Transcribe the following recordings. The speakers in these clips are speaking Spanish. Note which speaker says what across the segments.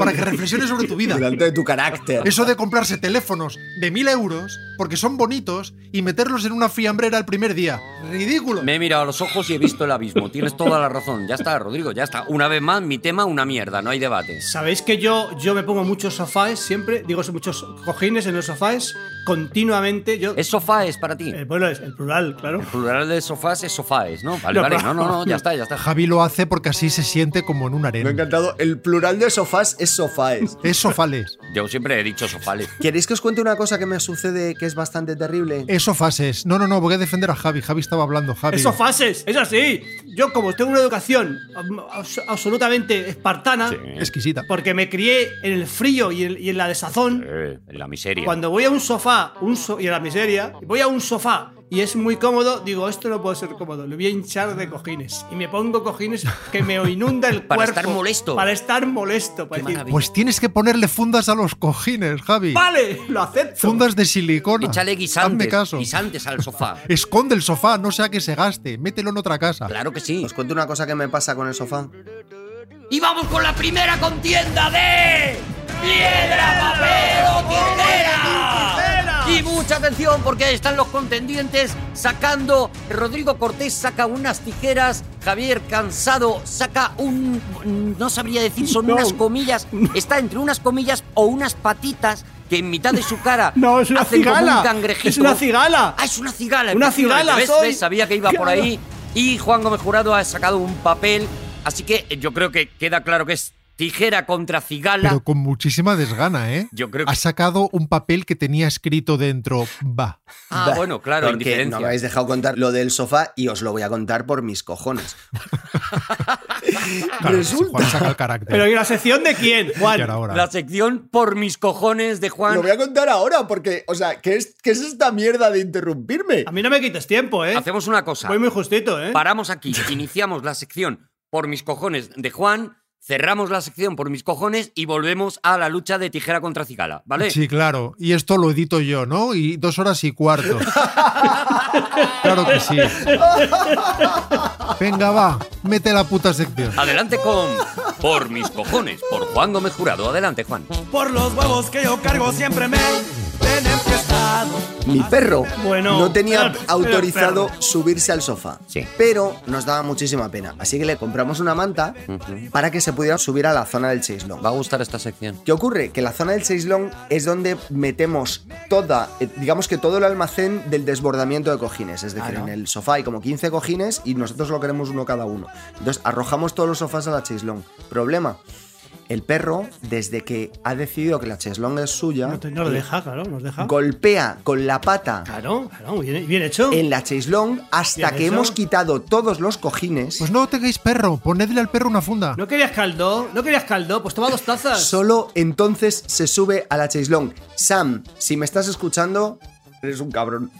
Speaker 1: para que reflexiones sobre tu vida.
Speaker 2: Delante de tu carácter.
Speaker 1: Eso de comprarse teléfonos de mil euros porque son bonitos y meterlos en una fiambrera el primer día. Ridículo.
Speaker 3: Me he mirado a los ojos y he visto el abismo. Tienes toda la razón. Ya está, Rodrigo, ya está. Una vez más, mi tema, una mierda. No hay debates.
Speaker 4: Sabéis que yo, yo me pongo muchos sofás siempre, digo muchos cojines en los sofás continuamente. Yo,
Speaker 3: Es sofá es para ti.
Speaker 4: Eh, bueno, es el plural, claro.
Speaker 3: Plural de sofás es sofaes, ¿no? Vale,
Speaker 4: No,
Speaker 3: vale. No,
Speaker 4: claro.
Speaker 3: no, no, ya está, ya está.
Speaker 1: Javi lo hace porque así se siente como en un
Speaker 2: Me ha
Speaker 1: arena.
Speaker 2: encantado. El plural de sofás es sofaes.
Speaker 1: Es sofales.
Speaker 3: Yo siempre he dicho sofales.
Speaker 2: ¿Queréis que os cuente una cosa que me sucede que es bastante
Speaker 3: Eh.
Speaker 2: terrible?
Speaker 1: Es sofases. No, no, no, voy a defender a Javi. Javi estaba hablando, Javi.
Speaker 4: Es sofases, es así. Yo, como tengo una educación abs- absolutamente espartana,
Speaker 1: Exquisita.
Speaker 4: porque me crié en el frío y en, y en la desazón.
Speaker 3: Eh, la miseria.
Speaker 4: Cuando voy a un sofá un so- y a la miseria, voy a un sofá y es muy cómodo, digo, esto no puede ser cómodo, lo voy a hinchar de cojines. Y me pongo cojines que me inunda el
Speaker 3: Para
Speaker 4: cuerpo.
Speaker 3: estar molesto.
Speaker 4: Para estar molesto. Para
Speaker 3: Qué
Speaker 4: decir,
Speaker 3: maravilla.
Speaker 1: Pues tienes que ponerle fundas a los cojines, Javi.
Speaker 4: vale, lo acepto.
Speaker 1: Fundas de silicona.
Speaker 3: Échale guisantes.
Speaker 1: Hazme caso.
Speaker 3: Guisantes al sofá.
Speaker 1: Esconde el sofá, no sea que se gaste. Mételo en otra casa.
Speaker 3: Claro que sí.
Speaker 2: Os cuento una cosa que me pasa con el sofá.
Speaker 3: Y vamos con la primera contienda de piedra, papel o tijera. Y mucha atención porque ahí están los contendientes sacando. Rodrigo Cortés saca unas tijeras. Javier Cansado saca un. No sabría decir, son
Speaker 4: No.
Speaker 3: unas comillas. Está entre unas comillas o unas patitas que en mitad de su cara.
Speaker 4: No, es una
Speaker 3: hacen como
Speaker 4: cigala.
Speaker 3: un cangrejito.
Speaker 4: Es una cigala.
Speaker 3: Ah, es una cigala.
Speaker 4: Una
Speaker 3: efectivamente.
Speaker 4: cigala
Speaker 3: ¿Ves?
Speaker 4: soy.
Speaker 3: ¿Ves? Sabía que iba por
Speaker 4: Claro.
Speaker 3: ahí. Y Juan Gómez Jurado ha sacado un papel. Así que yo creo que queda claro que es tijera contra cigala.
Speaker 1: Pero con muchísima desgana, ¿eh?
Speaker 3: Yo creo que-
Speaker 1: Ha sacado un papel que tenía escrito dentro. Va.
Speaker 3: ah,
Speaker 2: Bah,
Speaker 3: bueno, claro,
Speaker 2: Porque no
Speaker 3: indiferencia.
Speaker 2: me habéis dejado contar lo del sofá y os lo voy a contar por mis cojones.
Speaker 1: Claro, Juan saca el carácter.
Speaker 4: Pero ¿y la sección de quién,
Speaker 1: Y ahora,
Speaker 4: Juan?
Speaker 1: ahora.
Speaker 3: La sección por mis cojones de Juan.
Speaker 2: Lo voy a contar ahora porque, o sea, ¿qué es, qué es esta mierda de interrumpirme?
Speaker 4: A mí no me quites tiempo, ¿eh?
Speaker 3: Hacemos una cosa.
Speaker 4: Voy muy justito, ¿eh?
Speaker 3: Paramos aquí, iniciamos la sección por mis cojones de Juan, cerramos la sección por mis cojones y volvemos a la lucha de tijera contra cigala, ¿vale?
Speaker 1: Sí, claro. Y esto lo edito yo, ¿no? Y dos horas y cuarto. claro que sí. Venga, va. Mete la puta sección.
Speaker 3: Adelante con Por mis cojones, por Juan Gómez Jurado. Adelante, Juan.
Speaker 5: Por los huevos que yo cargo siempre me tienen que
Speaker 2: Mi perro
Speaker 4: Ah, Bueno,
Speaker 2: no tenía
Speaker 4: el- el
Speaker 2: autorizado
Speaker 4: perro.
Speaker 2: subirse al sofá.
Speaker 3: Sí.
Speaker 2: Pero nos daba muchísima pena. Así que le compramos una manta para que se pudiera subir a la zona del chaislong.
Speaker 3: Va a gustar esta sección.
Speaker 2: ¿Qué ocurre? Que la zona del Seislón es donde metemos toda, eh, digamos que todo el almacén del desbordamiento de cojines. Es decir, en el sofá hay como 15 cojines y nosotros lo queremos uno cada uno. Entonces arrojamos todos los sofás a la Seislón. Problema. El perro, desde que ha decidido que la Cheslón es suya,
Speaker 4: No, te- no lo deja, claro, nos deja.
Speaker 2: golpea con la pata
Speaker 4: Claro, claro, bien, bien hecho.
Speaker 2: en la Cheslón hasta
Speaker 4: Bien
Speaker 2: que
Speaker 4: hecho.
Speaker 2: hemos quitado todos los cojines.
Speaker 1: Pues no tengáis perro, ponedle al perro una funda.
Speaker 4: ¿No querías caldo? ¿No querías caldo? Pues toma dos tazas.
Speaker 2: Solo entonces se sube a la Chaislong. Sam, si me estás escuchando, eres un cabrón.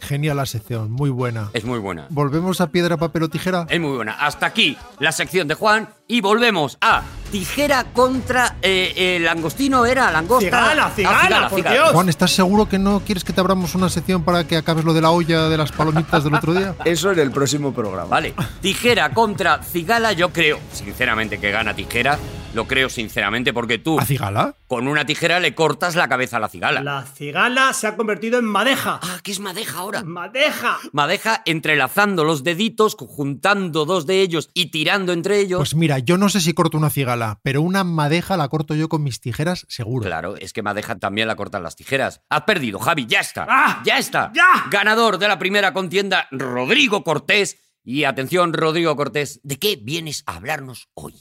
Speaker 1: Genial la sección, muy buena.
Speaker 3: Es muy buena.
Speaker 1: ¿Volvemos a piedra, papel o tijera?
Speaker 3: Es muy buena. Hasta aquí la sección de Juan y volvemos a tijera contra eh, eh, langostino era langosta.
Speaker 4: Cigala,
Speaker 3: Ah,
Speaker 4: cigala, por Dios.
Speaker 1: Juan, ¿estás seguro que no quieres que te abramos una sección para que acabes lo de la olla de las palomitas del otro día?
Speaker 2: Eso en el próximo programa.
Speaker 3: Vale, tijera contra cigala, yo creo, sinceramente, que gana tijera. Lo creo sinceramente porque tú
Speaker 1: ¿A cigala?
Speaker 3: con una tijera le cortas la cabeza a la cigala.
Speaker 4: La cigala se ha convertido en madeja.
Speaker 3: Ah, ¿qué es madeja ahora?
Speaker 4: ¡Madeja!
Speaker 3: Madeja entrelazando los deditos, juntando dos de ellos y tirando entre ellos.
Speaker 1: Pues mira, yo no sé si corto una cigala, pero una madeja la corto yo con mis tijeras seguro.
Speaker 3: Claro, es que Madeja también la cortan las tijeras. Has perdido, Javi, ya está.
Speaker 4: ¡Ah!
Speaker 3: ya está.
Speaker 4: ¡Ya!
Speaker 3: Ganador de la primera contienda, Rodrigo Cortés. Y atención, Rodrigo Cortés, ¿de qué vienes a hablarnos hoy?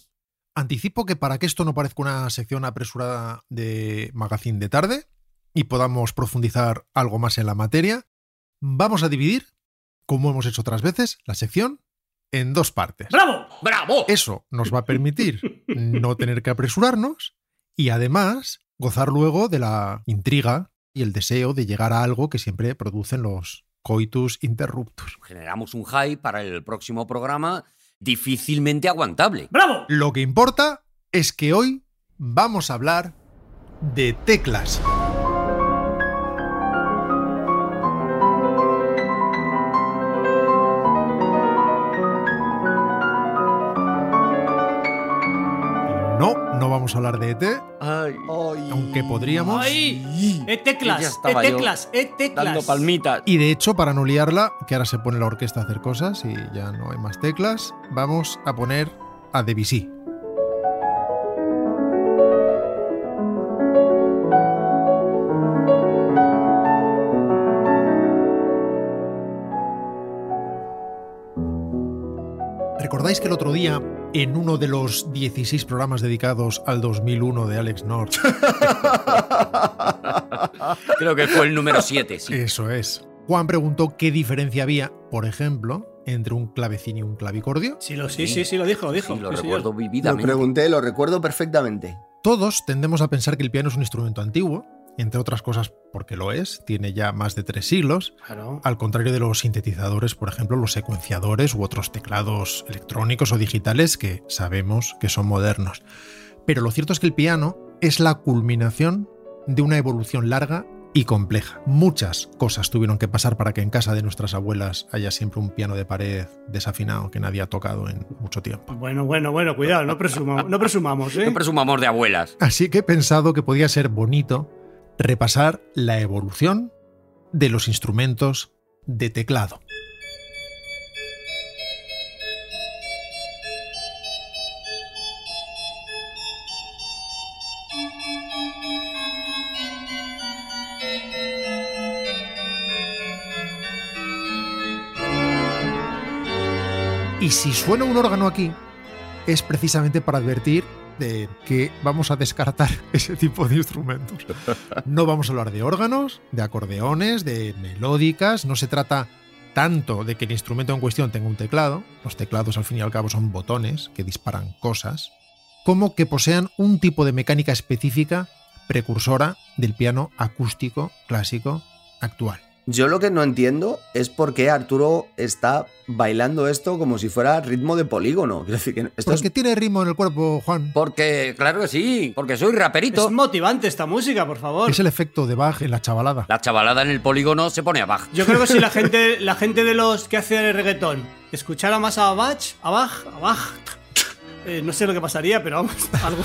Speaker 1: Anticipo que para que esto no parezca una sección apresurada de magazine de tarde y podamos profundizar algo más en la materia, vamos a dividir, como hemos hecho otras veces, la sección en dos partes.
Speaker 4: ¡Bravo!
Speaker 3: ¡Bravo!
Speaker 1: Eso nos va a permitir no tener que apresurarnos y además gozar luego de la intriga y el deseo de llegar a algo que siempre producen los coitus interruptus.
Speaker 3: Generamos un high para el próximo programa difícilmente aguantable.
Speaker 4: ¡Bravo!
Speaker 1: Lo que importa es que hoy vamos a hablar de teclas. No, no vamos a hablar de E ET, aunque podríamos.
Speaker 4: ¡Ay! ¡Eh,
Speaker 3: Y ya
Speaker 4: teclas! ¡Eh,
Speaker 3: estaba yo
Speaker 4: teclas! ¡Eh, teclas!
Speaker 3: Dando palmitas.
Speaker 1: Y de hecho, para no liarla, que ahora se pone la orquesta a hacer cosas y ya no hay más teclas, vamos a poner a Debussy. ¿Recordáis que el otro día, en uno de los 16 programas dedicados al 2001 de Alex North,
Speaker 3: Creo que fue el número 7, sí.
Speaker 1: Eso es. Juan preguntó qué diferencia había, por ejemplo, entre un clavecín y un clavicordio.
Speaker 4: Sí, lo, sí, sí, sí, lo dijo, lo dijo.
Speaker 3: Sí, lo
Speaker 4: sí, señor.
Speaker 3: recuerdo
Speaker 2: Lo
Speaker 3: vividamente.
Speaker 2: pregunté, lo recuerdo perfectamente.
Speaker 1: Todos tendemos a pensar que el piano es un instrumento antiguo, entre otras cosas porque lo es, tiene ya más de tres siglos,
Speaker 4: Claro.
Speaker 1: al contrario de los sintetizadores, por ejemplo, los secuenciadores u otros teclados electrónicos o digitales que sabemos que son modernos. Pero lo cierto es que el piano es la culminación de una evolución larga y compleja. Muchas cosas tuvieron que pasar para que en casa de nuestras abuelas haya siempre un piano de pared desafinado que nadie ha tocado en mucho tiempo.
Speaker 4: Bueno, bueno, bueno, cuidado, no presumamos, no presumamos ¿eh?
Speaker 3: No presumamos de abuelas.
Speaker 1: Así que he pensado que podía ser bonito repasar la evolución de los instrumentos de teclado. Y si suena un órgano aquí, es precisamente para advertir de que vamos a descartar ese tipo de instrumentos. No vamos a hablar de órganos, de acordeones, de melódicas, no se trata tanto de que el instrumento en cuestión tenga un teclado, los teclados al fin y al cabo son botones que disparan cosas, como que posean un tipo de mecánica específica precursora del piano acústico clásico actual.
Speaker 2: Yo lo que no entiendo es por qué Arturo está bailando esto como si fuera ritmo de polígono. Quiero decir que esto es-
Speaker 1: Porque tiene ritmo en el cuerpo, Juan.
Speaker 3: Porque, claro que sí, porque soy raperito.
Speaker 4: Es motivante esta música, por favor.
Speaker 1: Es el efecto de Bach en la chavalada.
Speaker 3: La chavalada en el polígono se pone abajo.
Speaker 4: Yo creo que si la gente, la gente de los que hace reggaetón escuchara más a Bach, a Bach, a Bach, eh, no sé lo que pasaría, pero vamos, algo.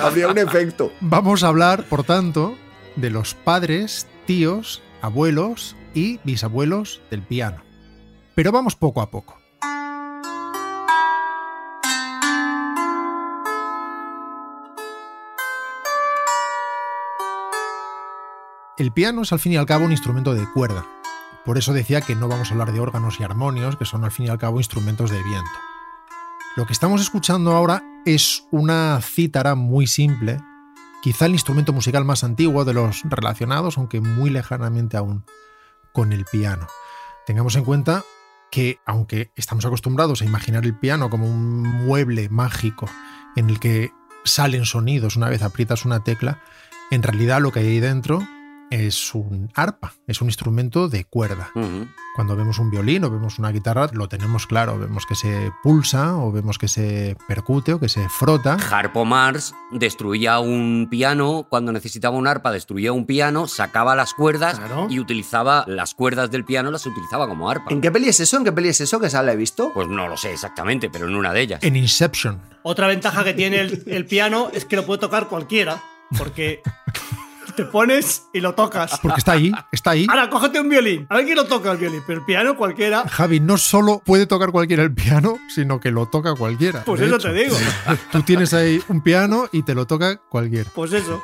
Speaker 2: habría un efecto.
Speaker 1: Vamos a hablar, por tanto, de los padres, tíos, abuelos y bisabuelos del piano. Pero vamos poco a poco. El piano es al fin y al cabo un instrumento de cuerda. Por eso decía que no vamos a hablar de órganos y armonios, que son al fin y al cabo instrumentos de viento. Lo que estamos escuchando ahora es una cítara muy simple, quizá el instrumento musical más antiguo de los relacionados, aunque muy lejanamente aún con el piano. Tengamos en cuenta que, aunque estamos acostumbrados a imaginar el piano como un mueble mágico en el que salen sonidos una vez aprietas una tecla, en realidad lo que hay ahí dentro es un arpa, es un instrumento de cuerda.
Speaker 3: Ujú.
Speaker 1: Cuando vemos un violín o vemos una guitarra, lo tenemos claro, vemos que se pulsa o vemos que se percute o que se frota.
Speaker 3: Harpo Marx destruía un piano, cuando necesitaba un arpa destruía un piano, sacaba las cuerdas
Speaker 1: Claro.
Speaker 3: y utilizaba las cuerdas del piano, las utilizaba como arpa.
Speaker 2: ¿En qué peli es eso? ¿En qué peli es eso? ¿Que esa la he visto?
Speaker 3: Pues no lo sé exactamente, pero en una de ellas.
Speaker 1: En Inception,
Speaker 4: Otra ventaja que tiene el, el piano es que lo puede tocar cualquiera, porque te pones y lo tocas.
Speaker 1: porque está ahí, está ahí.
Speaker 4: Ahora, cógete un violín. A ver quién lo toca el violín, pero el piano cualquiera.
Speaker 1: Javi no solo puede tocar cualquiera el piano, sino que lo toca cualquiera.
Speaker 4: Pues
Speaker 1: de
Speaker 4: eso
Speaker 1: hecho.
Speaker 4: te digo.
Speaker 1: Tú tienes ahí un piano y te lo toca cualquiera.
Speaker 4: Pues eso.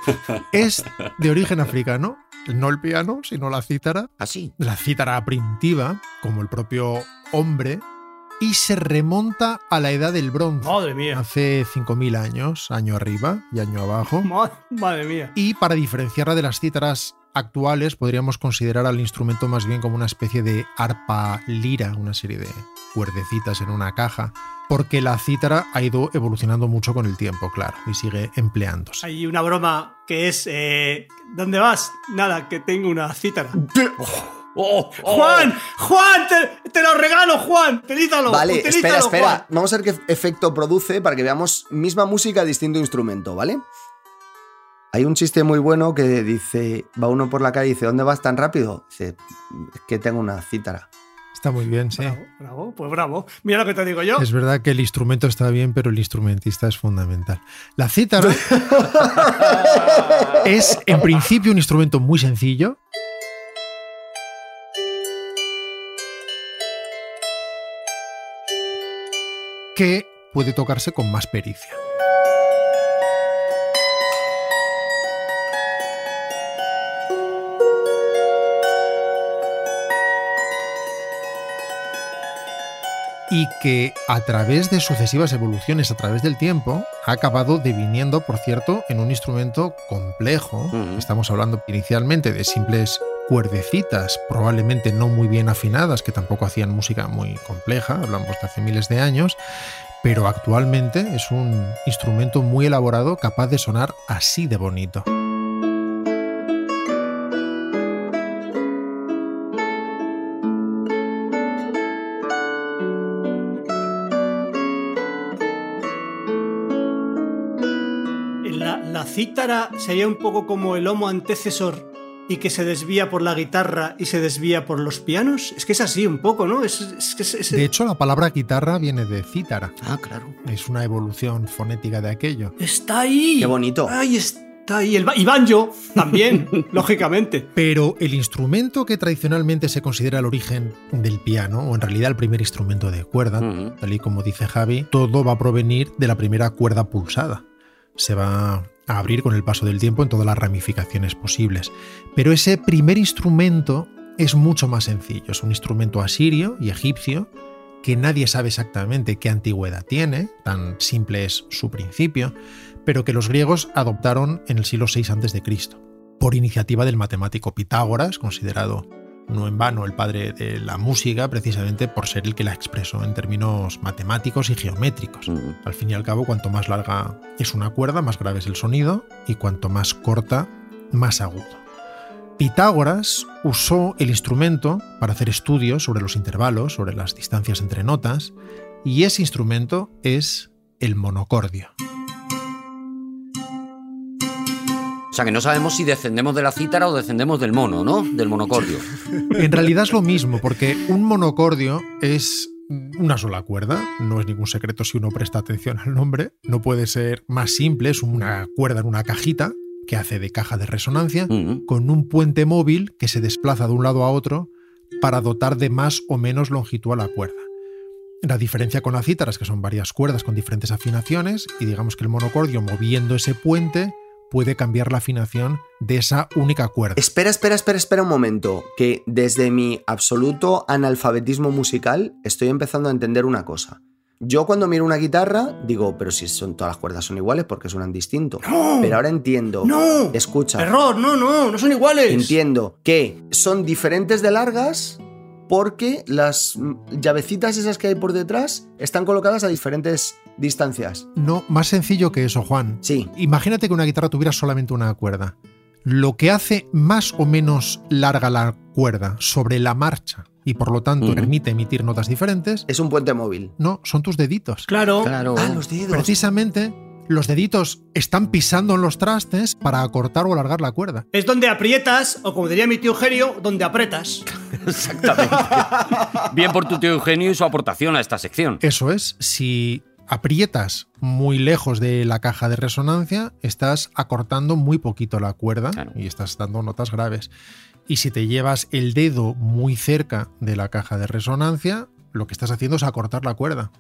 Speaker 1: Es de origen africano, no el piano, sino la cítara,
Speaker 3: Así.
Speaker 1: la cítara primitiva, como el propio hombre, y se remonta a la edad del bronce,
Speaker 4: Madre mía.
Speaker 1: hace 5.000 años, año arriba y año abajo.
Speaker 4: Ma- Madre mía.
Speaker 1: Y para diferenciarla de las cítaras actuales, podríamos considerar al instrumento más bien como una especie de arpa lira, una serie de cuerdecitas en una caja, porque la cítara ha ido evolucionando mucho con el tiempo, claro, y sigue empleándose.
Speaker 4: Hay una broma que es. eh, ¿Dónde vas? Nada, que tengo una cítara.
Speaker 3: ¡Oh! oh!
Speaker 4: ¡Juan! ¡Juan! Te, te lo regalo, Juan! ¡Utilízalo!
Speaker 2: Vale, espera,
Speaker 4: utilízalo,
Speaker 2: espera.
Speaker 4: Juan.
Speaker 2: Vamos a ver qué efecto produce para que veamos misma música, distinto instrumento, ¿vale? Hay un chiste muy bueno que dice, va uno por la calle y dice, ¿dónde vas tan rápido? Dice, es que tengo una cítara.
Speaker 1: Está muy bien, sí.
Speaker 4: Bravo, bravo, pues bravo. Mira lo que te digo yo.
Speaker 1: Es verdad que el instrumento está bien, pero el instrumentista es fundamental. La cítara es en principio un instrumento muy sencillo. que puede tocarse con más pericia. y que a través de sucesivas evoluciones a través del tiempo ha acabado deviniendo, por cierto, en un instrumento complejo.
Speaker 3: Ujú.
Speaker 1: Estamos hablando inicialmente de simples cuerdecitas, probablemente no muy bien afinadas, que tampoco hacían música muy compleja, hablamos de hace miles de años, pero actualmente es un instrumento muy elaborado capaz de sonar así de bonito.
Speaker 4: La, la cítara sería un poco como el homo antecesor y que se desvía por la guitarra y se desvía por los pianos. Es que es así un poco, ¿no? Es, es que es- es-
Speaker 1: De hecho, la palabra guitarra viene de cítara,
Speaker 3: Ah, claro.
Speaker 1: es una evolución fonética de aquello.
Speaker 4: está ahí.
Speaker 2: Qué bonito.
Speaker 4: Ahí está ahí. El ba- y banjo también, lógicamente.
Speaker 1: Pero el instrumento que tradicionalmente se considera el origen del piano, o en realidad el primer instrumento de cuerda,
Speaker 3: Ujú.
Speaker 1: tal y como dice Javi, todo va a provenir de la primera cuerda pulsada. Se va a abrir con el paso del tiempo en todas las ramificaciones posibles. Pero ese primer instrumento es mucho más sencillo. Es un instrumento asirio y egipcio que nadie sabe exactamente qué antigüedad tiene, tan simple es su principio, pero que los griegos adoptaron en el siglo VI a.C., por iniciativa del matemático Pitágoras, considerado no en vano el padre de la música, precisamente por ser el que la expresó en términos matemáticos y geométricos.
Speaker 3: Ujú.
Speaker 1: Al fin y al cabo, cuanto más larga es una cuerda, más grave es el sonido, y cuanto más corta, más agudo. Pitágoras usó el instrumento para hacer estudios sobre los intervalos, sobre las distancias entre notas, y ese instrumento es el monocordio.
Speaker 3: O sea que no sabemos si descendemos de la cítara o descendemos del mono, ¿no? Del monocordio.
Speaker 1: En realidad es lo mismo, porque un monocordio es una sola cuerda, no es ningún secreto si uno presta atención al nombre, no puede ser más simple, es una cuerda en una cajita, que hace de caja de resonancia,
Speaker 3: Mm.
Speaker 1: con un puente móvil que se desplaza de un lado a otro para dotar de más o menos longitud a la cuerda. La diferencia con la cítara es que son varias cuerdas con diferentes afinaciones y digamos que el monocordio moviendo ese puente puede cambiar la afinación de esa única cuerda.
Speaker 2: Espera, espera, espera, espera un momento. Que desde mi absoluto analfabetismo musical estoy empezando a entender una cosa. Yo cuando miro una guitarra digo, pero si son todas las cuerdas son iguales porque suenan distinto.
Speaker 4: ¡No!
Speaker 2: Pero ahora entiendo.
Speaker 4: ¡No!
Speaker 2: Escucha.
Speaker 4: Error, no, no, no son iguales.
Speaker 2: Entiendo que son diferentes de largas porque las mm, llavecitas esas que hay por detrás están colocadas a diferentes distancias.
Speaker 1: No, más sencillo que eso, Juan.
Speaker 2: Sí.
Speaker 1: Imagínate que una guitarra tuviera solamente una cuerda. Lo que hace más o menos larga la cuerda sobre la marcha y por lo tanto
Speaker 3: Ujú.
Speaker 1: permite emitir notas diferentes,
Speaker 2: Es un puente móvil.
Speaker 1: no, son tus deditos.
Speaker 4: Claro.
Speaker 3: Claro.
Speaker 2: Ah, los dedos.
Speaker 1: Precisamente los deditos están pisando en los trastes para acortar o alargar la cuerda.
Speaker 4: Es donde aprietas, o como diría mi tío Eugenio, donde apretas.
Speaker 3: Exactamente. Bien por tu tío Eugenio y su aportación a esta sección.
Speaker 1: Eso es, si aprietas muy lejos de la caja de resonancia, estás acortando muy poquito la cuerda
Speaker 3: Claro.
Speaker 1: y estás dando notas graves. Y si te llevas el dedo muy cerca de la caja de resonancia, lo que estás haciendo es acortar la cuerda.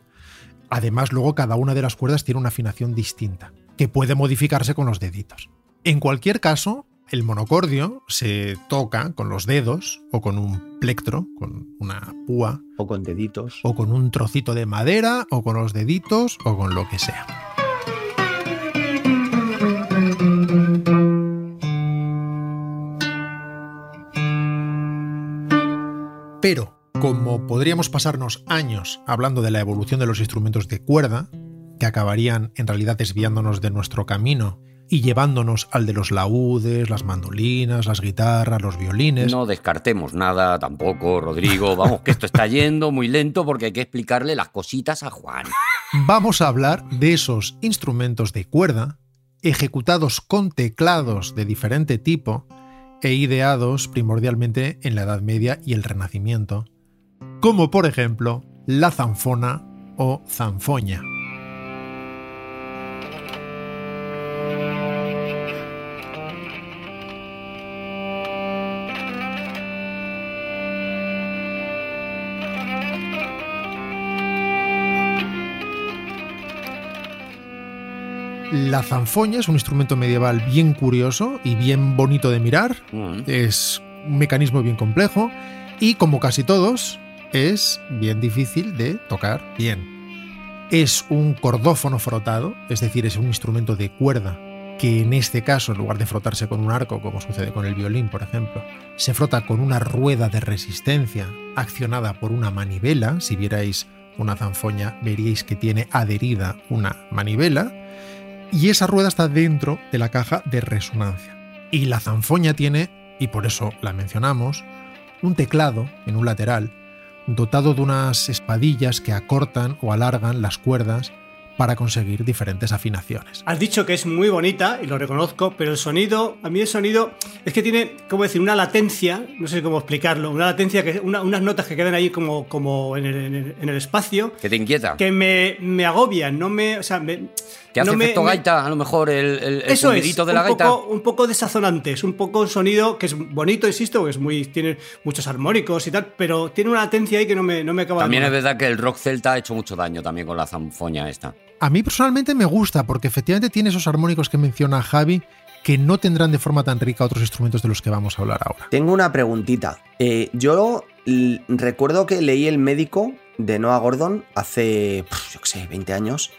Speaker 1: Además, luego cada una de las cuerdas tiene una afinación distinta, que puede modificarse con los deditos. En cualquier caso, el monocordio se toca con los dedos o con un plectro, con una púa
Speaker 2: O con deditos.
Speaker 1: o con un trocito de madera, o con los deditos, o con lo que sea. Pero, como podríamos pasarnos años hablando de la evolución de los instrumentos de cuerda, que acabarían en realidad desviándonos de nuestro camino y llevándonos al de los laúdes, las mandolinas, las guitarras, los violines,
Speaker 3: No descartemos nada tampoco, Rodrigo. Vamos, que esto está yendo muy lento porque hay que explicarle las cositas a Juan.
Speaker 1: Vamos a hablar de esos instrumentos de cuerda ejecutados con teclados de diferente tipo e ideados primordialmente en la Edad Media y el Renacimiento, como por ejemplo la zanfona o zanfoña. La zanfoña es un instrumento medieval bien curioso y bien bonito de mirar,
Speaker 3: Mm.
Speaker 1: es un mecanismo bien complejo y como casi todos es bien difícil de tocar bien. Es un cordófono frotado, es decir, es un instrumento de cuerda que en este caso, en lugar de frotarse con un arco, como sucede con el violín, por ejemplo, se frota con una rueda de resistencia accionada por una manivela. Si vierais una zanfoña, veríais que tiene adherida una manivela. Y esa rueda está dentro de la caja de resonancia. Y la zanfoña tiene, y por eso la mencionamos, un teclado en un lateral, dotado de unas espadillas que acortan o alargan las cuerdas para conseguir diferentes afinaciones.
Speaker 4: Has dicho que es muy bonita, y lo reconozco, pero el sonido, a mí el sonido es que tiene, ¿cómo decir?, una latencia, no sé cómo explicarlo, una latencia, que una- unas notas que quedan ahí como, como en, el, en el- en el espacio,
Speaker 3: ¿Que te inquieta?
Speaker 4: que me, me agobian, no me. O sea, me.
Speaker 3: ¿Te hace
Speaker 4: no me-
Speaker 3: efecto
Speaker 4: me-
Speaker 3: gaita? A lo mejor el, el, el
Speaker 4: Eso es,
Speaker 3: zumbidito de la
Speaker 4: un
Speaker 3: gaita.
Speaker 4: poco, un poco desazonante, es un poco un sonido que es bonito, insisto, que es muy, tiene muchos armónicos y tal, pero tiene una latencia ahí que no me, no me acaba de
Speaker 3: También es
Speaker 4: molar.
Speaker 3: verdad que el rock celta ha hecho mucho daño también con la zanfoña esta.
Speaker 1: A mí personalmente me gusta porque efectivamente tiene esos armónicos que menciona Javi que no tendrán de forma tan rica otros instrumentos de los que vamos a hablar ahora.
Speaker 2: Tengo una preguntita. Eh, yo l- recuerdo que leí El médico de Noah Gordon hace, pf, yo qué sé, 20 años.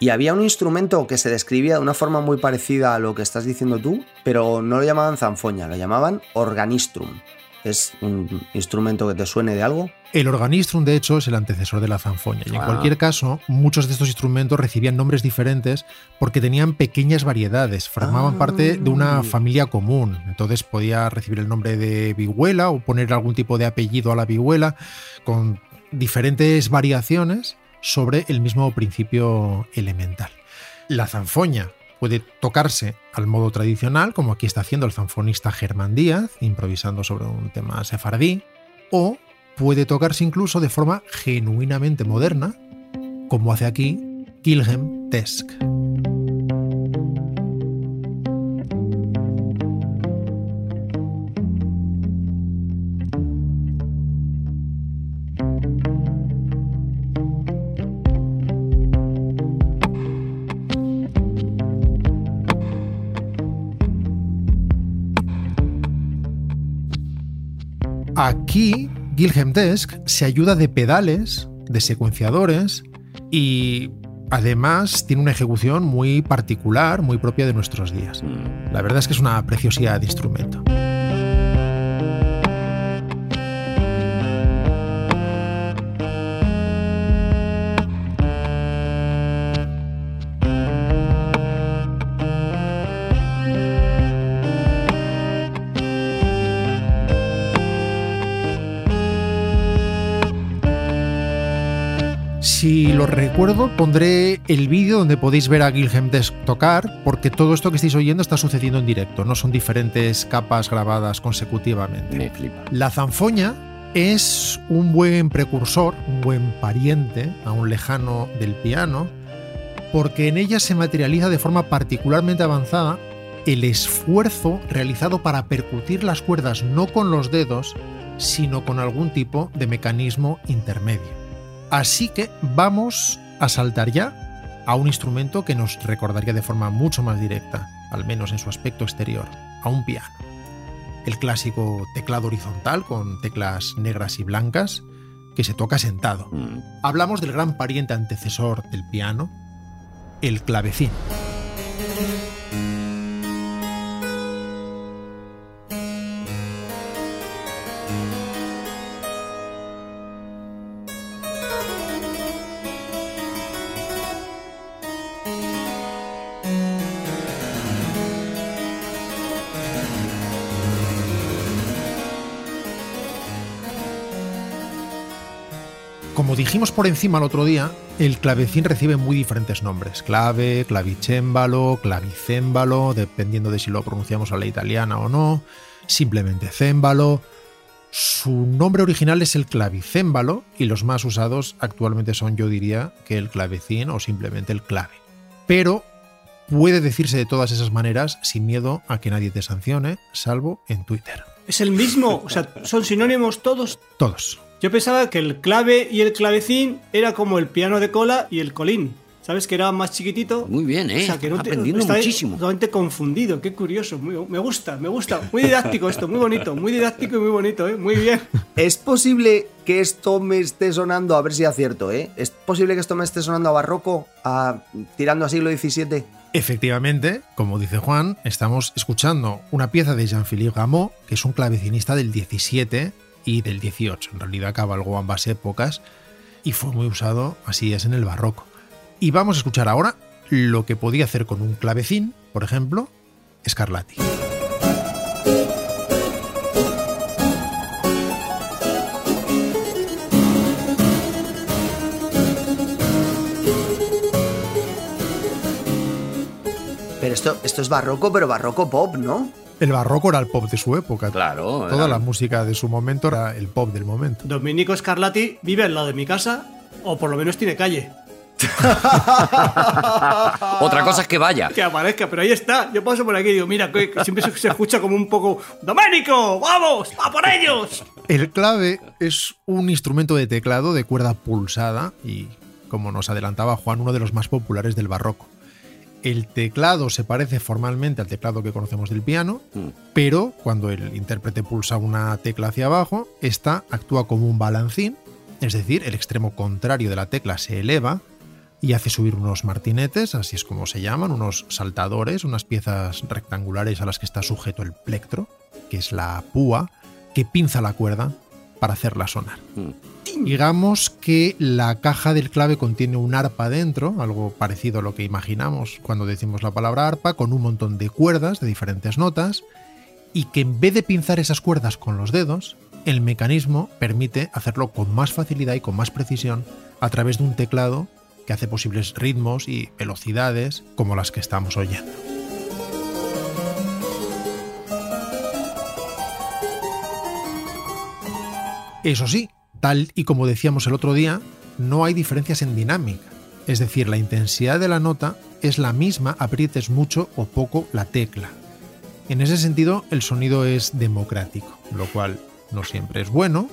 Speaker 2: Y había un instrumento que se describía de una forma muy parecida a lo que estás diciendo tú, pero no lo llamaban zanfoña, lo llamaban organistrum. ¿Es un instrumento que te suene de algo?
Speaker 1: El organistrum, de hecho, es el antecesor de la zanfoña. Y en
Speaker 3: Ah.
Speaker 1: cualquier caso, muchos de estos instrumentos recibían nombres diferentes porque tenían pequeñas variedades, formaban
Speaker 2: Ah.
Speaker 1: parte de una familia común. Entonces podía recibir el nombre de vihuela o poner algún tipo de apellido a la vihuela con diferentes variaciones sobre el mismo principio elemental. La zanfoña puede tocarse al modo tradicional, como aquí está haciendo el zanfonista Germán Díaz, improvisando sobre un tema sefardí, o puede tocarse incluso de forma genuinamente moderna, como hace aquí Kilhem Tesk. Aquí, Gilhelm Desk se ayuda de pedales, de secuenciadores y además tiene una ejecución muy particular, muy propia de nuestros días. La verdad es que es una preciosidad de instrumento. Si lo recuerdo, pondré el vídeo donde podéis ver a Gilhelm Desk tocar, porque todo esto que estáis oyendo está sucediendo en directo, no son diferentes capas grabadas consecutivamente.
Speaker 5: Me flipa.
Speaker 1: La zanfoña es un buen precursor, un buen pariente, aún lejano del piano, porque en ella se materializa de forma particularmente avanzada el esfuerzo realizado para percutir las cuerdas no con los dedos, sino con algún tipo de mecanismo intermedio. Así que vamos a saltar ya a un instrumento que nos recordaría de forma mucho más directa, al menos en su aspecto exterior, a un piano el clásico teclado horizontal con teclas negras y blancas que se toca sentado. Hablamos del gran pariente antecesor del piano, el clavecín. Como dijimos por encima el otro día, el clavecín recibe muy diferentes nombres: clave, clavicémbalo, clavicémbalo, dependiendo de si lo pronunciamos a la italiana o no, simplemente cémbalo. Su nombre original es el clavicémbalo y los más usados actualmente son, yo diría, que el clavecín o simplemente el clave. Pero puede decirse de todas esas maneras sin miedo a que nadie te sancione, salvo en Twitter.
Speaker 4: Es el mismo, o sea, son sinónimos todos.
Speaker 1: Todos.
Speaker 4: Yo pensaba que el clave y el clavecín era como el piano de cola y el colín. ¿Sabes que era más chiquitito?
Speaker 3: Muy bien, ¿eh?
Speaker 4: O sea, que no te-
Speaker 3: Aprendiendo
Speaker 4: está
Speaker 3: muchísimo.
Speaker 4: Totalmente confundido, qué curioso. Muy- me gusta, me gusta. Muy didáctico esto, muy bonito, muy didáctico y muy bonito, ¿eh? Muy bien.
Speaker 2: Es posible que esto me esté sonando, a ver si acierto, ¿eh? Es posible que esto me esté sonando a barroco, a, tirando a siglo XVII.
Speaker 1: Efectivamente, como dice Juan, estamos escuchando una pieza de Jean-Philippe Gameau, que es un clavecinista del 17 y del 18. En realidad cabalgó ambas épocas y fue muy usado, así es, en el barroco. Y vamos a escuchar ahora lo que podía hacer con un clavecín, por ejemplo, Scarlatti.
Speaker 2: Pero esto, esto es barroco, pero barroco pop, ¿no?
Speaker 1: El barroco era el pop de su época.
Speaker 5: Claro.
Speaker 1: Toda la música de su momento era el pop del momento.
Speaker 4: Domenico Scarlatti vive al lado de mi casa, o por lo menos tiene calle.
Speaker 3: Otra cosa es que vaya.
Speaker 4: Que aparezca, pero ahí está. Yo paso por aquí y digo, mira, que que siempre se- se escucha como un poco. ¡Domenico! ¡Vamos! ¡A por ellos!
Speaker 1: El clave es un instrumento de teclado de cuerda pulsada y, como nos adelantaba Juan, uno de los más populares del barroco. El teclado se parece formalmente al teclado que conocemos del piano, pero cuando el intérprete pulsa una tecla hacia abajo, esta actúa como un balancín, es decir, el extremo contrario de la tecla se eleva y hace subir unos martinetes, así es como se llaman, unos saltadores, unas piezas rectangulares a las que está sujeto el plectro, que es la púa, que pinza la cuerda para hacerla sonar. Digamos que la caja del clave contiene un arpa dentro, algo parecido a lo que imaginamos cuando decimos la palabra arpa, con un montón de cuerdas de diferentes notas, y que en vez de pinzar esas cuerdas con los dedos, el mecanismo permite hacerlo con más facilidad y con más precisión a través de un teclado que hace posibles ritmos y velocidades como las que estamos oyendo. Eso sí, tal y como decíamos el otro día, no hay diferencias en dinámica. Es decir, la intensidad de la nota es la misma, aprietes mucho o poco la tecla. En ese sentido, el sonido es democrático, lo cual no siempre es bueno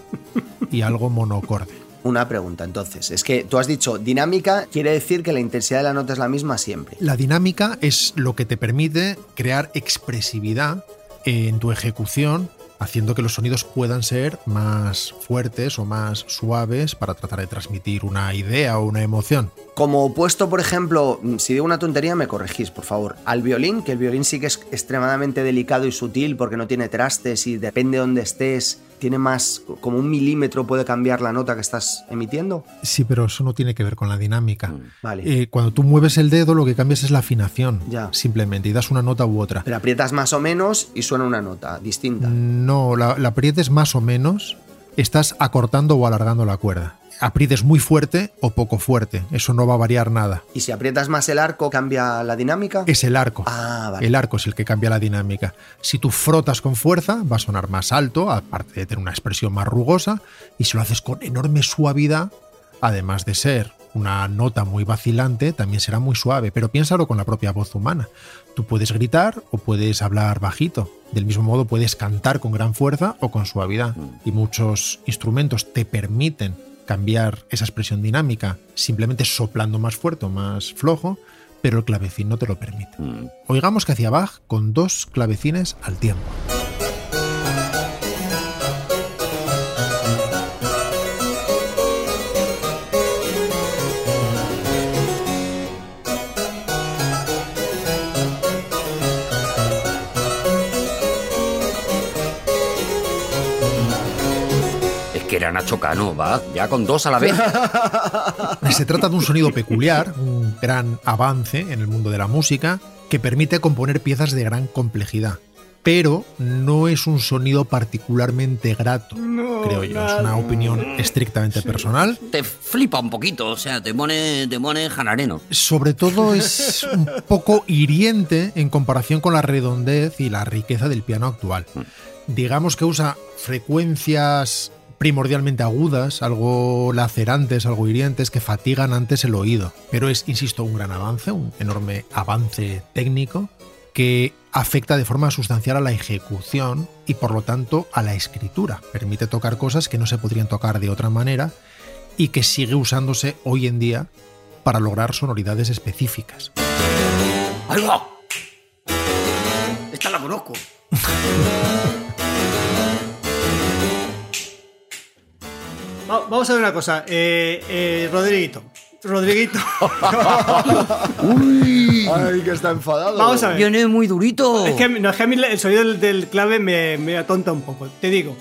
Speaker 1: y algo monocorde.
Speaker 2: Una pregunta, entonces. Es que tú has dicho dinámica, quiere decir que la intensidad de la nota es la misma siempre.
Speaker 1: La dinámica es lo que te permite crear expresividad en tu ejecución haciendo que los sonidos puedan ser más fuertes o más suaves para tratar de transmitir una idea o una emoción.
Speaker 2: Como opuesto, por ejemplo, mm, si digo una tontería, me corregís, por favor. Al violín, que el violín sí que es extremadamente delicado y sutil porque no tiene trastes y depende de dónde estés, tiene más, como un milímetro puede cambiar la nota que estás emitiendo.
Speaker 1: Sí, pero eso no tiene que ver con la dinámica.
Speaker 2: Vale.
Speaker 1: Eh, cuando tú mueves el dedo, lo que cambias es la afinación,
Speaker 2: Ya.
Speaker 1: simplemente, y das una nota u otra.
Speaker 2: Pero aprietas más o menos y suena una nota distinta.
Speaker 1: Mm. No, la, la aprietes más o menos, estás acortando o alargando la cuerda. Aprietes muy fuerte o poco fuerte, eso no va a variar nada.
Speaker 2: Y si aprietas más el arco, cambia la dinámica.
Speaker 1: Es el arco.
Speaker 2: Ah, vale.
Speaker 1: El arco es el que cambia la dinámica. Si tú frotas con fuerza, va a sonar más alto, aparte de tener una expresión más rugosa, y si lo haces con enorme suavidad, además de ser una nota muy vacilante, también será muy suave. Pero piénsalo con la propia voz humana. Tú puedes gritar o puedes hablar bajito. Del mismo modo puedes cantar con gran fuerza o con suavidad.
Speaker 2: Mm.
Speaker 1: Y muchos instrumentos te permiten cambiar esa expresión dinámica simplemente soplando más fuerte o más flojo, pero el clavecín no te lo permite.
Speaker 6: Mm.
Speaker 1: Oigamos que hacía Bach con dos clavecines al tiempo.
Speaker 3: Es que era Nacho Cano, va, ya con dos a la vez.
Speaker 1: Se trata de un sonido peculiar, un gran avance en el mundo de la música, que permite componer piezas de gran complejidad. Pero no es un sonido particularmente grato,
Speaker 4: No,
Speaker 1: creo yo. Es
Speaker 4: nada.
Speaker 1: una opinión estrictamente personal.
Speaker 3: Te flipa un poquito, o sea, te pone, te pone janareno.
Speaker 1: Sobre todo es un poco hiriente en comparación con la redondez y la riqueza del piano actual. Digamos que usa frecuencias primordialmente agudas, algo lacerantes, algo hirientes, que fatigan antes el oído. Pero es, insisto, un gran avance, un enorme avance técnico que afecta de forma sustancial a la ejecución y por lo tanto a la escritura. Permite tocar cosas que no se podrían tocar de otra manera y que sigue usándose hoy en día para lograr sonoridades específicas.
Speaker 3: ¡Ahí va! Esta la conozco.
Speaker 4: Va- vamos a ver una cosa. Eh, eh, Rodriguito. Rodriguito.
Speaker 7: Ay, que está enfadado.
Speaker 4: Vamos a ver.
Speaker 3: Viene muy durito.
Speaker 4: Es que, no, es que a mí el sonido del, del clave me, me atonta un poco. Te digo,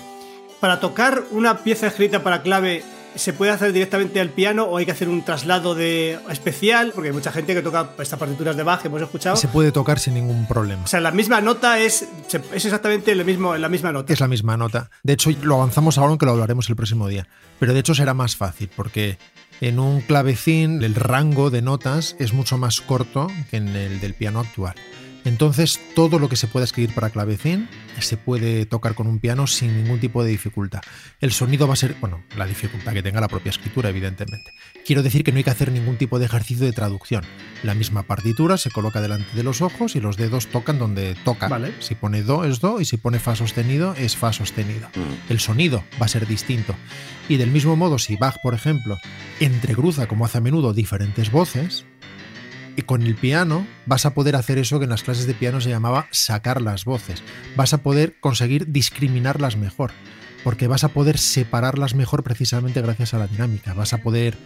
Speaker 4: para tocar una pieza escrita para clave, ¿se puede hacer directamente al piano o hay que hacer un traslado de especial? Porque hay mucha gente que toca estas partituras de Bach que hemos escuchado.
Speaker 1: Se puede tocar sin ningún problema.
Speaker 4: O sea, la misma nota es, se- es exactamente lo mismo, la misma nota.
Speaker 1: Es la misma nota. De hecho, lo avanzamos ahora, aunque lo hablaremos el próximo día. Pero de hecho será más fácil, porque en un clavecín el rango de notas es mucho más corto que en el del piano actual. Entonces, todo lo que se pueda escribir para clavecín se puede tocar con un piano sin ningún tipo de dificultad. El sonido va a ser, bueno, la dificultad que tenga la propia escritura, evidentemente. Quiero decir que no hay que hacer ningún tipo de ejercicio de traducción. La misma partitura se coloca delante de los ojos y los dedos tocan donde tocan.
Speaker 4: Vale.
Speaker 1: Si pone do es do y si pone fa sostenido es fa sostenido.
Speaker 3: Mm.
Speaker 1: El sonido va a ser distinto. Y del mismo modo, si Bach, por ejemplo, entrecruza, como hace a menudo, diferentes voces, y con el piano vas a poder hacer eso que en las clases de piano se llamaba sacar las voces. Vas a poder conseguir discriminarlas mejor, porque vas a poder separarlas mejor precisamente gracias a la dinámica. Vas a poder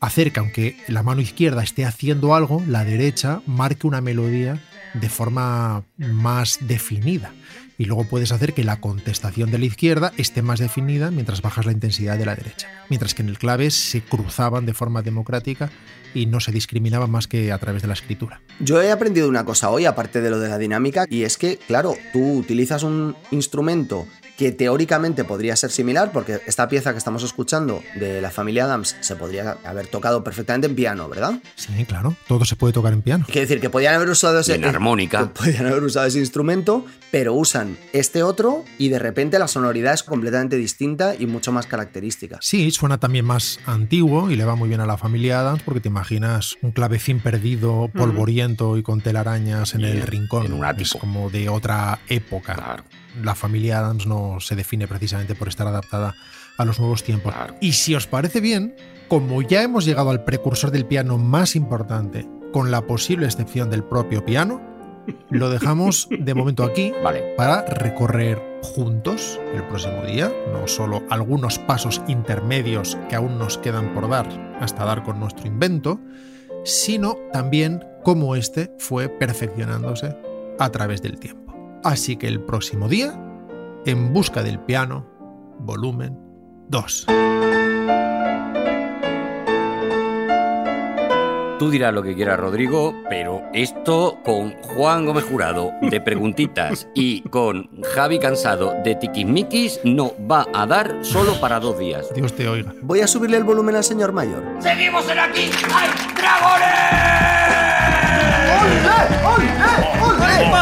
Speaker 1: hacer que aunque la mano izquierda esté haciendo algo, la derecha marque una melodía de forma más definida. Y luego puedes hacer que la contestación de la izquierda esté más definida mientras bajas la intensidad de la derecha. Mientras que en el clave se cruzaban de forma democrática y no se discriminaba más que a través de la escritura.
Speaker 2: Yo he aprendido una cosa hoy, aparte de lo de la dinámica, y es que, claro, tú utilizas un instrumento que teóricamente podría ser similar, porque esta pieza que estamos escuchando de la familia Adams se podría haber tocado perfectamente en piano, ¿verdad?
Speaker 1: Sí, claro, todo se puede tocar en piano.
Speaker 2: Quiere decir que podían haber usado
Speaker 3: Y
Speaker 2: ese.
Speaker 3: en armónica.
Speaker 2: Podrían haber usado ese instrumento, pero usan este otro y de repente la sonoridad es completamente distinta y mucho más característica.
Speaker 1: Sí, suena también más antiguo y le va muy bien a la familia Adams porque te imaginas un clavecín perdido, polvoriento y con telarañas en
Speaker 3: Mm. Y
Speaker 1: el
Speaker 3: en-
Speaker 1: rincón.
Speaker 3: en un ático.
Speaker 1: Es como de otra época.
Speaker 3: Claro.
Speaker 1: La familia Adams no se define precisamente por estar adaptada a los nuevos tiempos.
Speaker 3: Claro.
Speaker 1: Y si os parece bien, como ya hemos llegado al precursor del piano más importante, con la posible excepción del propio piano, Lo dejamos de momento aquí
Speaker 3: Vale.
Speaker 1: para recorrer juntos el próximo día, no solo algunos pasos intermedios que aún nos quedan por dar hasta dar con nuestro invento, sino también cómo este fue perfeccionándose a través del tiempo. Así que el próximo día, en busca del piano, volumen 2.
Speaker 3: Tú dirás lo que quieras, Rodrigo, pero esto con Juan Gómez Jurado de preguntitas y con Javi Cansado de tiquismiquis no va a dar solo para dos días.
Speaker 1: Dios te oiga.
Speaker 2: Voy a subirle el volumen al señor mayor.
Speaker 3: ¡Seguimos en aquí! ¡Hay dragones!
Speaker 7: ¡Olé!
Speaker 3: ¡Ay,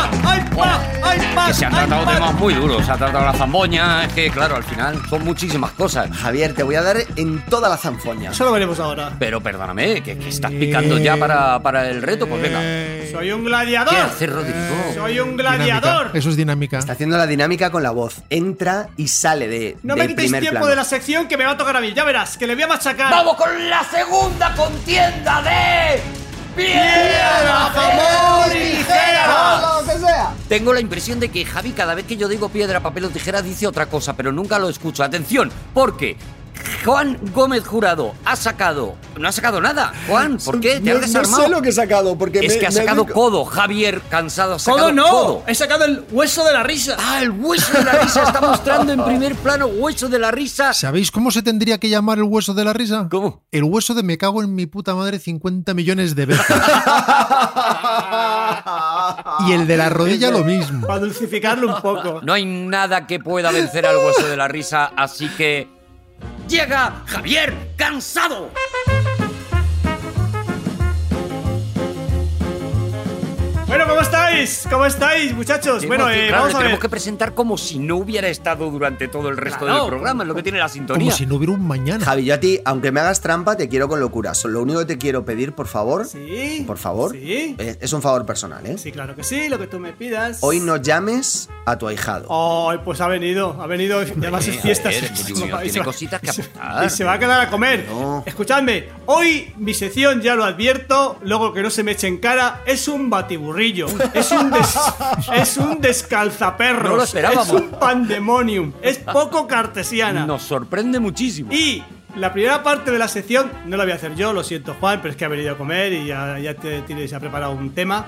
Speaker 3: Que se han tratado temas muy duros. Se ha tratado la zamboña. Es que, claro, al final son muchísimas cosas.
Speaker 2: Javier, te voy a dar en toda la zanfoña.
Speaker 4: Eso lo veremos ahora.
Speaker 3: Pero perdóname, que, que estás picando ya para, para el reto. Pues venga.
Speaker 1: Eh,
Speaker 4: Soy un
Speaker 3: ¿Qué
Speaker 2: Ah.
Speaker 4: gladiador.
Speaker 3: hace Rodrigo?
Speaker 4: Soy un
Speaker 1: dinámica.
Speaker 4: gladiador.
Speaker 1: Eso es dinámica.
Speaker 2: Está haciendo la dinámica con la voz. Entra y sale de,
Speaker 4: No
Speaker 2: del
Speaker 4: me quitéis
Speaker 2: primer
Speaker 4: tiempo
Speaker 2: plano.
Speaker 4: de la sección que me va a tocar a mí. Ya verás, que le voy a machacar.
Speaker 3: ¡Vamos con la segunda contienda de...
Speaker 4: ¡Piedra,
Speaker 3: papel o
Speaker 2: Ah,
Speaker 7: ¡Tijera! ¡Lo que sea!
Speaker 3: Tengo la impresión de que Javi cada vez que yo digo piedra, papel o tijera dice otra cosa, pero nunca lo escucho. Atención, porque Juan Gómez Jurado ha sacado... No ha sacado nada. Juan, ¿por qué? ¿Te
Speaker 2: no,
Speaker 3: has desarmado?
Speaker 2: No sé lo que he sacado, porque
Speaker 3: Es
Speaker 2: me-
Speaker 3: que ha
Speaker 2: me
Speaker 3: sacado
Speaker 2: dedico-
Speaker 3: codo, Javier Cansado. Ha sacado
Speaker 5: Codo no,
Speaker 3: codo.
Speaker 5: he sacado el hueso de la risa.
Speaker 3: Ah, el hueso de la risa está mostrando en primer plano hueso de la risa.
Speaker 1: ¿Sabéis cómo se tendría que llamar el hueso de la risa?
Speaker 3: ¿Cómo?
Speaker 1: El hueso de me cago en mi puta madre 50 millones de veces. y el de la rodilla lo mismo.
Speaker 4: Para dulcificarlo un poco.
Speaker 3: No hay nada que pueda vencer al hueso de la risa, así que llega Javier Cansado.
Speaker 4: Bueno, ¿cómo estáis? ¿Cómo estáis, muchachos? Bueno,
Speaker 3: Tenemos que-
Speaker 4: eh,
Speaker 3: claro,
Speaker 4: vamos a
Speaker 3: le
Speaker 4: ver.
Speaker 3: tenemos que presentar como si no hubiera estado durante todo el resto
Speaker 5: Claro.
Speaker 3: del programa, es lo que tiene la sintonía.
Speaker 1: Como si no hubiera un mañana.
Speaker 2: Javi, yo a ti, aunque me hagas trampa, te quiero con locura. So- Lo único que te quiero pedir, por favor,
Speaker 4: Sí.
Speaker 2: por favor,
Speaker 4: Sí.
Speaker 2: eh, es un favor personal, ¿eh?
Speaker 4: Sí, claro que sí, lo que tú me pidas.
Speaker 2: Hoy no llames a tu ahijado.
Speaker 4: Ay, pues ha venido, ha venido. Además
Speaker 3: Eh,
Speaker 4: es
Speaker 3: a
Speaker 4: fiesta.
Speaker 3: ver,
Speaker 4: se-
Speaker 3: Junior
Speaker 4: se va-
Speaker 3: tiene
Speaker 4: se va-
Speaker 3: cositas que
Speaker 4: se-
Speaker 3: apuntar.
Speaker 4: Y se va a quedar a comer.
Speaker 2: No.
Speaker 4: Escuchadme, hoy mi sección, ya lo advierto, luego que no se me eche en cara, es un batiburrillo. es un des- es un descalzaperros.
Speaker 3: No lo esperábamos.
Speaker 4: Es un pandemonium. Es poco cartesiana.
Speaker 3: Nos sorprende muchísimo.
Speaker 4: Y la primera parte de la sección no la voy a hacer yo, lo siento Juan, pero es que ha venido a comer y ya, ya te, tienes ya preparado un tema.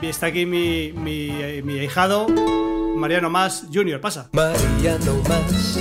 Speaker 4: Y Está aquí mi, mi, eh, mi ahijado, Mariano Más Junior, pasa.
Speaker 8: Mariano Más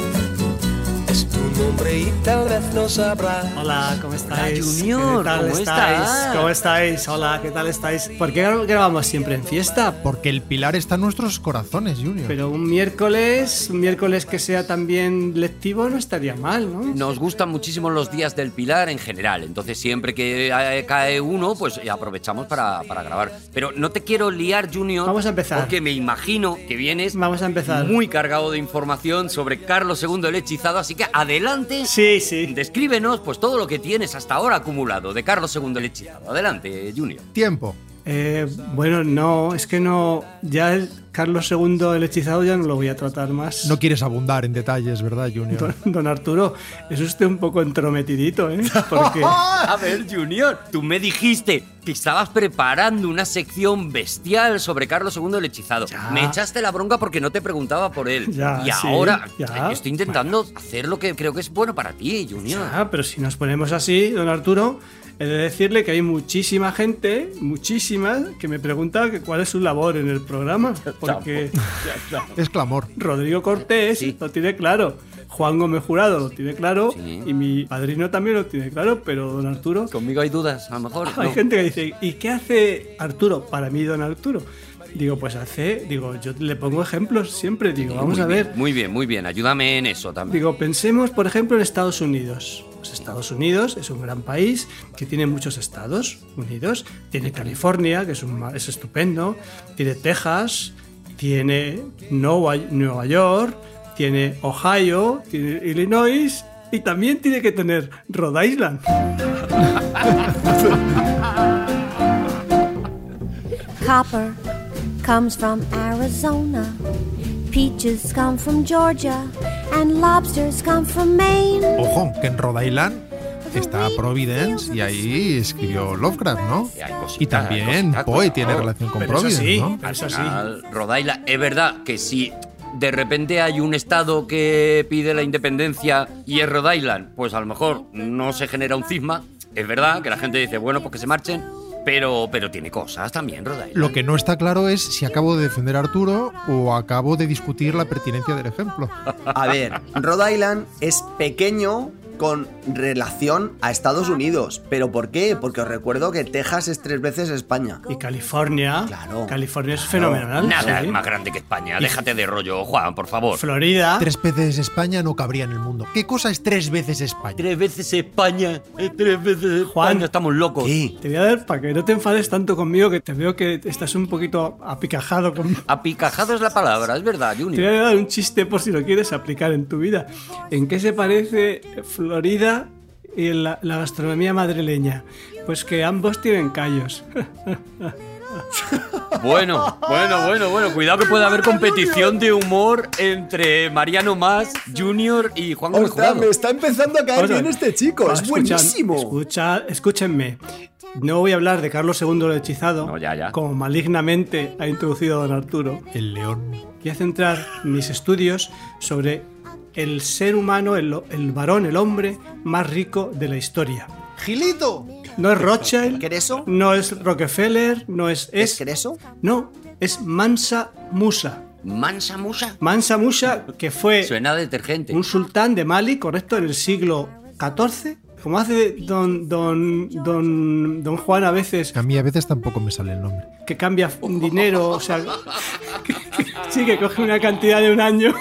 Speaker 8: es tu nombre y tal vez no sabrás.
Speaker 4: Hola, ¿cómo estáis?
Speaker 3: Junior,
Speaker 4: ¿Qué tal
Speaker 3: ¿cómo
Speaker 4: estáis?
Speaker 3: estás?
Speaker 4: ¿Cómo estáis? Hola, ¿qué tal estáis? ¿Por qué grabamos siempre en fiesta?
Speaker 1: Porque el pilar está en nuestros corazones, Junior.
Speaker 4: Pero un miércoles, un miércoles que sea también lectivo no estaría mal, ¿no?
Speaker 3: Nos gustan muchísimo los días del Pilar en general, entonces siempre que eh, cae uno, pues eh, aprovechamos para, para grabar. Pero no te quiero liar, Junior.
Speaker 4: Vamos a empezar.
Speaker 3: Porque me imagino que vienes
Speaker 4: Vamos a empezar.
Speaker 3: muy cargado de información sobre Carlos II el hechizado, así que adelante.
Speaker 4: Sí, sí.
Speaker 3: Descríbenos pues todo lo que tienes hasta ahora acumulado de Carlos II el hechizado. Adelante, Junior.
Speaker 1: Tiempo.
Speaker 4: Eh, bueno, no, es que no. Ya el Carlos II, el hechizado, ya no lo voy a tratar más.
Speaker 1: No quieres abundar en detalles, ¿verdad, Junior?
Speaker 4: Don, don Arturo, es usted un poco entrometidito, ¿eh? Porque.
Speaker 3: A ver, Junior, tú me dijiste que estabas preparando una sección bestial sobre Carlos II el hechizado.
Speaker 4: Ya.
Speaker 3: Me echaste la bronca porque no te preguntaba por él.
Speaker 4: Ya,
Speaker 3: y
Speaker 4: sí,
Speaker 3: ahora eh,
Speaker 4: ya.
Speaker 3: estoy intentando hacer lo que creo que es bueno para ti, Junior.
Speaker 4: Ah, pero si nos ponemos así, don Arturo, he de decirle que hay muchísima gente, muchísima, que me pregunta que cuál es su labor en el programa. Porque
Speaker 1: Es clamor.
Speaker 4: Rodrigo Cortés
Speaker 3: Sí.
Speaker 4: lo tiene claro. Juan Gómez Jurado lo tiene claro
Speaker 3: Sí.
Speaker 4: y mi padrino también lo tiene claro, pero don Arturo
Speaker 3: Conmigo hay dudas, a lo mejor.
Speaker 4: Hay
Speaker 3: no.
Speaker 4: gente que dice, ¿y qué hace Arturo? Para mí, don Arturo. Digo, pues hace, digo, yo le pongo ejemplos siempre, digo, vamos
Speaker 3: Muy
Speaker 4: a
Speaker 3: bien,
Speaker 4: ver.
Speaker 3: Muy bien, muy bien. Ayúdame en eso también.
Speaker 4: Digo, pensemos, por ejemplo, en Estados Unidos. Pues Estados Unidos es un gran país que tiene muchos estados unidos. Tiene California, que es, un, ma- es estupendo. Tiene Texas, tiene Nueva, Nueva York, tiene Ohio, tiene Illinois y también tiene que tener Rhode Island.
Speaker 9: Copper comes from Arizona. Peaches come from Georgia. And lobsters come from Maine.
Speaker 1: Ojo, que en Rhode Island está Providence y ahí escribió Lovecraft, ¿no?
Speaker 3: Y hay cositas,
Speaker 1: Y
Speaker 3: hay
Speaker 1: también
Speaker 3: cositas,
Speaker 1: Poe tiene
Speaker 3: claro.
Speaker 1: relación con
Speaker 4: Pero eso
Speaker 1: Providence,
Speaker 4: sí,
Speaker 1: ¿no?
Speaker 4: eso sí.
Speaker 3: Al Rodaila, es verdad que si de repente hay un estado que pide la independencia y es Rhode Island, pues a lo mejor no se genera un cisma. Es verdad que la gente dice, bueno, pues que se marchen, pero, pero tiene cosas también Rhode Island.
Speaker 1: Lo que no está claro es si acabo de defender a Arturo o acabo de discutir la pertinencia del ejemplo.
Speaker 2: A ver, Rhode Island es pequeño con relación a Estados Unidos. ¿Pero por qué? Porque os recuerdo que Texas es tres veces España.
Speaker 4: Y California.
Speaker 2: Claro.
Speaker 4: California es fenomenal.
Speaker 3: Nada
Speaker 4: sí.
Speaker 3: es más grande que España. Déjate de rollo, Juan, por favor.
Speaker 4: Florida.
Speaker 1: Tres veces España no cabría en el mundo. ¿Qué cosa es tres veces España?
Speaker 3: Tres veces España, eh, tres veces
Speaker 4: Juan.
Speaker 3: España, estamos locos.
Speaker 2: Sí.
Speaker 4: Te voy a dar para que no te enfades tanto conmigo, que te veo que estás un poquito apicajado conmigo.
Speaker 3: Apicajado es la palabra, es verdad,
Speaker 4: Te voy
Speaker 3: Junior.
Speaker 4: a dar un chiste por si lo quieres aplicar en tu vida. ¿En qué se parece Florida y la, la gastronomía madrileña? Pues que ambos tienen callos.
Speaker 3: Bueno, bueno, bueno, bueno. Cuidado que puede haber competición de humor entre Mariano Más, Junior y Juan Gómez
Speaker 2: Ostras,
Speaker 3: Jurado.
Speaker 2: me está empezando a caer
Speaker 4: Vamos a
Speaker 2: bien
Speaker 4: ver.
Speaker 2: este chico.
Speaker 4: Ah,
Speaker 2: es
Speaker 4: escuchan-
Speaker 2: buenísimo.
Speaker 4: escucha- escúchenme. No voy a hablar de Carlos II el hechizado,
Speaker 3: No, ya, ya.
Speaker 4: como malignamente ha introducido don Arturo.
Speaker 1: El león.
Speaker 4: Voy a centrar mis estudios sobre el ser humano, el, el varón, el hombre más rico de la historia.
Speaker 2: ¡Gilito!
Speaker 4: No es Rothschild,
Speaker 2: ¿Creso?
Speaker 4: no es Rockefeller, no es...
Speaker 2: ¿Es
Speaker 4: es
Speaker 2: Creso?
Speaker 4: no, es Mansa Musa.
Speaker 3: Mansa Musa.
Speaker 4: Mansa Musa, que fue
Speaker 3: Suena a detergente.
Speaker 4: un sultán de Mali, correcto, en el siglo XIV. Como hace don, don, don, don Juan a veces,
Speaker 1: A mí a veces tampoco me sale el nombre.
Speaker 4: que cambia dinero, o sea, que- que- sí, que coge una cantidad de un año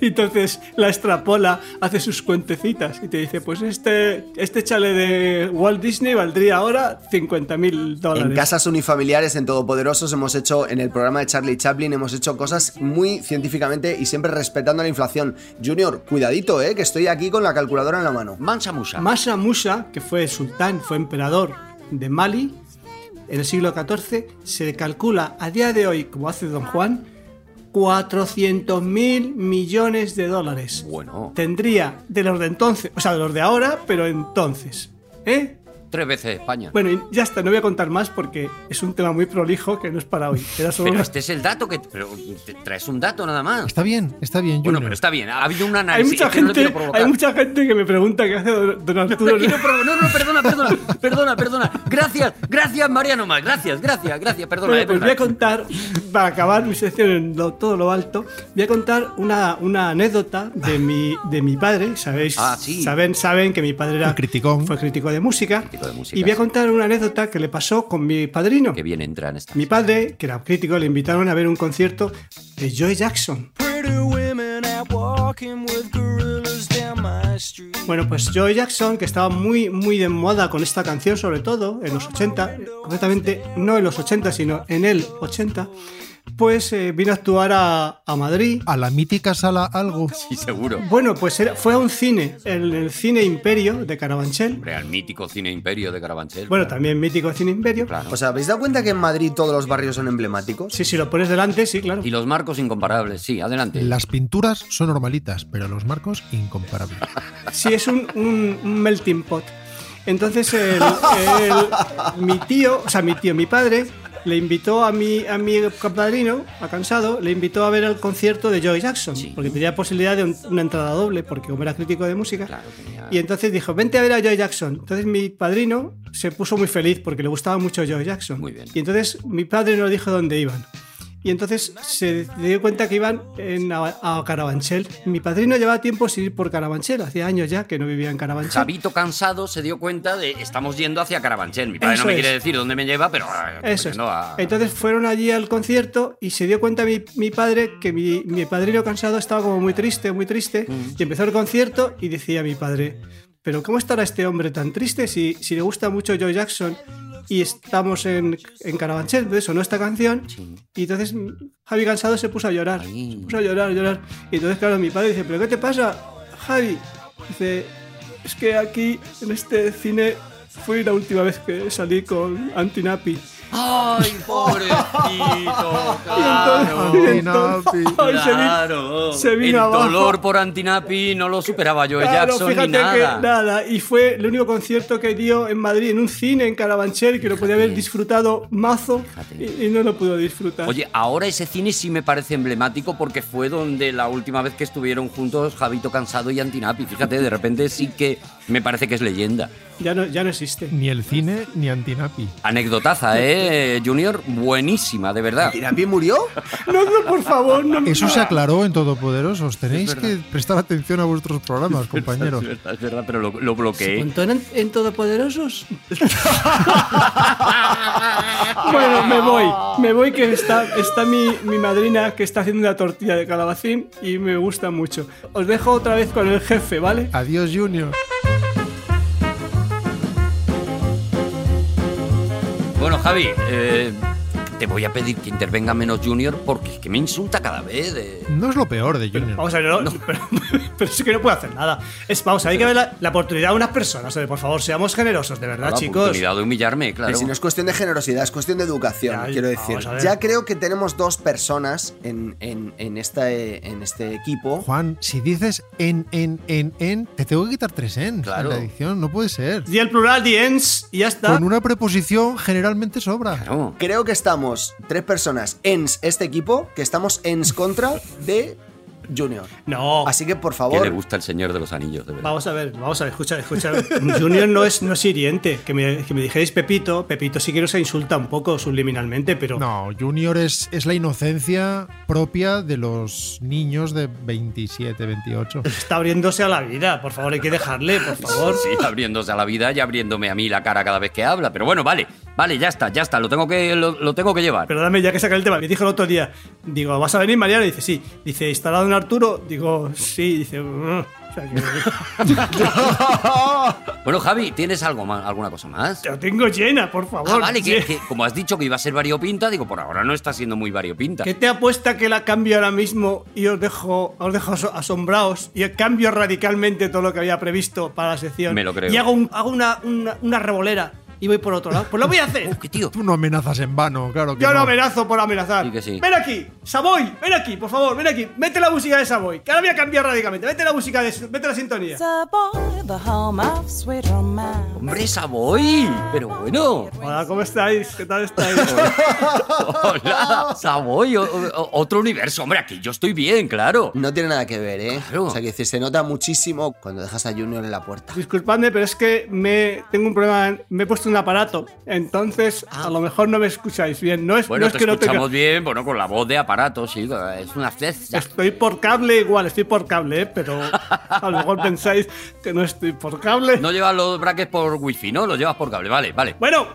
Speaker 4: y entonces la extrapola, hace sus cuentecitas y te dice, pues este, este chale de Walt Disney valdría ahora 50 mil dólares.
Speaker 2: En casas unifamiliares, en Todopoderosos, hemos hecho, en el programa de Charlie Chaplin, hemos hecho cosas muy científicamente y siempre respetando la inflación. Junior, cuidadito, eh, que estoy aquí con la calculadora en la mano.
Speaker 3: Mansa Musa.
Speaker 4: Masa Musa, que fue sultán, fue emperador de Mali en el siglo XIV, se le calcula a día de hoy, como hace don Juan, 400 mil millones de dólares.
Speaker 3: Bueno,
Speaker 4: Tendría de los de entonces, o sea, de los de ahora, pero entonces. ¿Eh?
Speaker 3: tres veces España.
Speaker 4: Bueno, y ya está, no voy a contar más porque es un tema muy prolijo que no es para hoy. Era solo
Speaker 3: Pero
Speaker 4: una-
Speaker 3: este es el dato que. Pero te traes un dato nada más.
Speaker 1: Está bien, está bien, Junior.
Speaker 3: Bueno, pero está bien. Ha habido un
Speaker 4: Hay
Speaker 3: análisis.
Speaker 4: mucha
Speaker 3: es que no lo
Speaker 4: gente,
Speaker 3: quiero provocar.
Speaker 4: hay mucha gente que me pregunta qué hace don don
Speaker 3: No,
Speaker 4: Arturo.
Speaker 3: quiero provo- no, no, perdona, perdona, perdona, perdona. Gracias, gracias, Mariano Más. Gracias, gracias, gracias, perdona.
Speaker 4: Bueno,
Speaker 3: eh,
Speaker 4: pues voy
Speaker 3: perdona.
Speaker 4: a contar, para acabar mi sección en lo- todo lo alto, voy a contar una, una anécdota de mi, de mi padre. ¿Sabéis?
Speaker 3: Ah, sí.
Speaker 4: Saben, saben que mi padre era
Speaker 1: Un criticón.
Speaker 4: fue crítico de música.
Speaker 3: de música,
Speaker 4: Y voy a
Speaker 3: sí.
Speaker 4: contar una anécdota que le pasó con mi padrino.
Speaker 3: Que bien entran estas.
Speaker 4: Mi padre, que era crítico, le invitaron a ver un concierto de Joy Jackson.
Speaker 8: Pretty women out walking with gorillas down my street.
Speaker 4: Bueno, pues Joe Jackson, que estaba muy, muy de moda con esta canción, sobre todo en los 80, eh, concretamente no en los 80, sino en el 80, pues eh, vino a actuar a, a Madrid.
Speaker 1: A la mítica sala algo.
Speaker 3: Sí, seguro.
Speaker 4: Bueno, pues era- fue a un cine, el, el Cine Imperio de Carabanchel.
Speaker 3: Hombre, al mítico cine imperio de Carabanchel.
Speaker 4: Bueno, también mítico Cine Imperio.
Speaker 3: Claro.
Speaker 2: O sea, ¿habéis dado cuenta que en Madrid todos los barrios son emblemáticos?
Speaker 4: Sí, si lo pones delante, sí, claro.
Speaker 3: Y los marcos incomparables, sí, adelante.
Speaker 1: Las pinturas son normalitas, pero los marcos incomparables.
Speaker 4: Sí, es un, un- un melting pot. Entonces, el- el- mi tío, o sea, mi tío, mi padre, le invitó a mi, a mi compadrino, a Cansado, le invitó a ver el concierto de Joy Jackson,
Speaker 3: Sí.
Speaker 4: porque tenía posibilidad de un- una entrada doble, porque como era crítico de música.
Speaker 3: Claro, tenía-
Speaker 4: Y entonces dijo, vente a ver a Joy Jackson. Entonces mi padrino se puso muy feliz porque le gustaba mucho Joy Jackson.
Speaker 3: Muy bien.
Speaker 4: Y entonces mi padre nos dijo dónde iban. Y entonces se dio cuenta que iban en- a, a Carabanchel. Mi padrino llevaba tiempo sin ir por Carabanchel, hacía años ya que no vivía en Carabanchel.
Speaker 3: Javito cansado se dio cuenta de estamos yendo hacia Carabanchel. Mi padre
Speaker 4: Eso
Speaker 3: no me
Speaker 4: es.
Speaker 3: quiere decir dónde me lleva, pero ah, estamos
Speaker 4: Eso es.
Speaker 3: yendo a-
Speaker 4: Entonces fueron allí al concierto y se dio cuenta mi, mi padre que mi, mi padrino cansado estaba como muy triste, muy triste. Y empezó el concierto y decía mi padre, pero ¿cómo estará este hombre tan triste si, si le gusta mucho Joe Jackson y estamos en, en Carabanchel? Entonces sonó esta canción y entonces Javi cansado se puso a llorar.
Speaker 3: Ay.
Speaker 4: Se puso a llorar, a llorar. Y entonces, claro, mi padre dice, ¿pero qué te pasa, Javi? Dice, es que aquí, en este cine, fui la última vez que salí con Antinapi.
Speaker 3: ¡Ay, pobrecito! Claro.
Speaker 4: Y entonces-
Speaker 1: Antinapi.
Speaker 4: Ay, se vi-
Speaker 3: Claro.
Speaker 4: se
Speaker 3: El
Speaker 4: vino abajo.
Speaker 3: dolor por Antinapi no lo superaba yo
Speaker 4: Claro,
Speaker 3: Jackson
Speaker 4: fíjate
Speaker 3: ni nada.
Speaker 4: que nada. Y fue el único concierto que dio en Madrid, en un cine, en Carabanchel, que lo podía haber disfrutado mazo
Speaker 3: Fíjate.
Speaker 4: y, y no lo pudo disfrutar.
Speaker 3: Oye, ahora ese cine sí me parece emblemático porque fue donde la última vez que estuvieron juntos Javito Cansado y Antinapi. Fíjate, de repente sí que me parece que es leyenda.
Speaker 4: Ya, no, ya no existe.
Speaker 1: Ni el cine ni Antinapi.
Speaker 3: Anecdotaza, ¿eh, Junior? Buenísima, de verdad.
Speaker 2: ¿Tirapi murió?
Speaker 4: No, no, por favor, no me-
Speaker 1: Eso se aclaró en Todopoderosos. Tenéis que prestar atención a vuestros programas, compañeros.
Speaker 3: Es verdad, es verdad, pero lo, lo bloqueé.
Speaker 5: ¿Contó en, en Todopoderosos?
Speaker 4: Bueno, me voy. Me voy que está, está mi, mi madrina que está haciendo una tortilla de calabacín y me gusta mucho. Os dejo otra vez con el jefe, ¿vale?
Speaker 1: Adiós, Junior.
Speaker 3: Bueno, Javi, eh, te voy a pedir que intervenga menos Junior porque es que me insulta cada vez. eh.
Speaker 1: No es lo peor de Junior.
Speaker 4: Vamos a ver, no, Pero, pero sí que no puedo hacer nada. Es, vamos, hay que ver la, la oportunidad a unas personas. Oye, por favor, seamos generosos, de verdad,
Speaker 3: La
Speaker 4: chicos.
Speaker 3: oportunidad de humillarme, claro.
Speaker 2: Si no es cuestión de generosidad, es cuestión de educación,
Speaker 4: Ya,
Speaker 2: quiero decir.
Speaker 4: vamos a ver.
Speaker 2: Ya creo que tenemos dos personas en, en- en este, en este equipo.
Speaker 1: Juan, si dices en, en, en, en, te tengo que quitar tres en
Speaker 3: Claro.
Speaker 1: en la edición. No puede ser.
Speaker 4: Di el plural, di ens y ya está.
Speaker 1: Con una preposición generalmente sobra.
Speaker 3: Claro.
Speaker 2: Creo que estamos tres personas en este equipo, que estamos en contra de Junior.
Speaker 4: No.
Speaker 2: Así que por
Speaker 3: Que le
Speaker 2: favor,
Speaker 3: gusta el Señor de los Anillos, de verdad.
Speaker 4: Vamos a ver, vamos a ver, escucha, escucha. Junior no es, no es hiriente. Que me, que me dijerais Pepito, Pepito sí que nos insulta un poco subliminalmente, pero.
Speaker 1: No, Junior es, es la inocencia propia de los niños de 27, 28.
Speaker 4: Está abriéndose a la vida, por favor, hay que dejarle, por favor.
Speaker 3: Sí, abriéndose a la vida y abriéndome a mí la cara cada vez que habla. Pero bueno, vale, vale, ya está, ya está, lo tengo que, lo, lo tengo que llevar.
Speaker 4: Perdóname, ya que saca el tema. Me dijo el otro día, digo, ¿vas a venir, Mariano? Dice, sí. Dice, ¿instalado en Arturo? Digo, sí. Dice, "Mm". o sea que
Speaker 3: Bueno, Javi, ¿tienes algo más, alguna cosa más?
Speaker 4: te lo tengo llena, por
Speaker 3: Ah,
Speaker 4: favor.
Speaker 3: vale, que,
Speaker 4: ¿Qué,
Speaker 3: que como has dicho que iba a ser variopinta, digo, por ahora no está siendo muy variopinta.
Speaker 4: te apuesta que la cambio ahora mismo y os dejo, os dejo aso- asombrados y cambio radicalmente todo lo que había previsto para la sección?
Speaker 3: Me lo creo.
Speaker 4: Y hago, un- hago una, una, una revolera y voy por otro lado. Pues lo voy a hacer.
Speaker 3: Uh, qué tío.
Speaker 1: Tú no amenazas en vano, claro que
Speaker 4: Yo no
Speaker 1: no.
Speaker 4: amenazo por amenazar.
Speaker 3: Sí que sí.
Speaker 4: Ven aquí, Savoy, ven aquí, por favor, ven aquí. Mete la música de Savoy, que ahora voy a cambiar radicalmente. Mete la música de. Mete la sintonía.
Speaker 3: Hombre, Savoy. Pero bueno.
Speaker 4: Hola, ¿cómo estáis? ¿Qué tal estáis?
Speaker 3: Hola, Savoy. o- o- otro universo. Hombre, aquí yo estoy bien, claro.
Speaker 2: no tiene nada que ver, ¿eh?
Speaker 3: Claro.
Speaker 2: O sea, que decir, se nota muchísimo cuando dejas a Junior en la puerta.
Speaker 4: Disculpadme, pero es que me tengo un problema. en- Me he puesto un aparato, entonces a lo mejor no me escucháis bien. No es,
Speaker 3: Ah. Bueno,
Speaker 4: no es
Speaker 3: te
Speaker 4: que no tenga.
Speaker 3: escuchamos bien, bueno, con la voz de aparato, sí, es una cesta.
Speaker 4: Estoy por cable igual, estoy por cable, ¿eh? pero a lo mejor pensáis que no estoy por cable.
Speaker 3: No llevas los brackets por wifi, ¿no? Los llevas por cable, vale, vale.
Speaker 4: Bueno,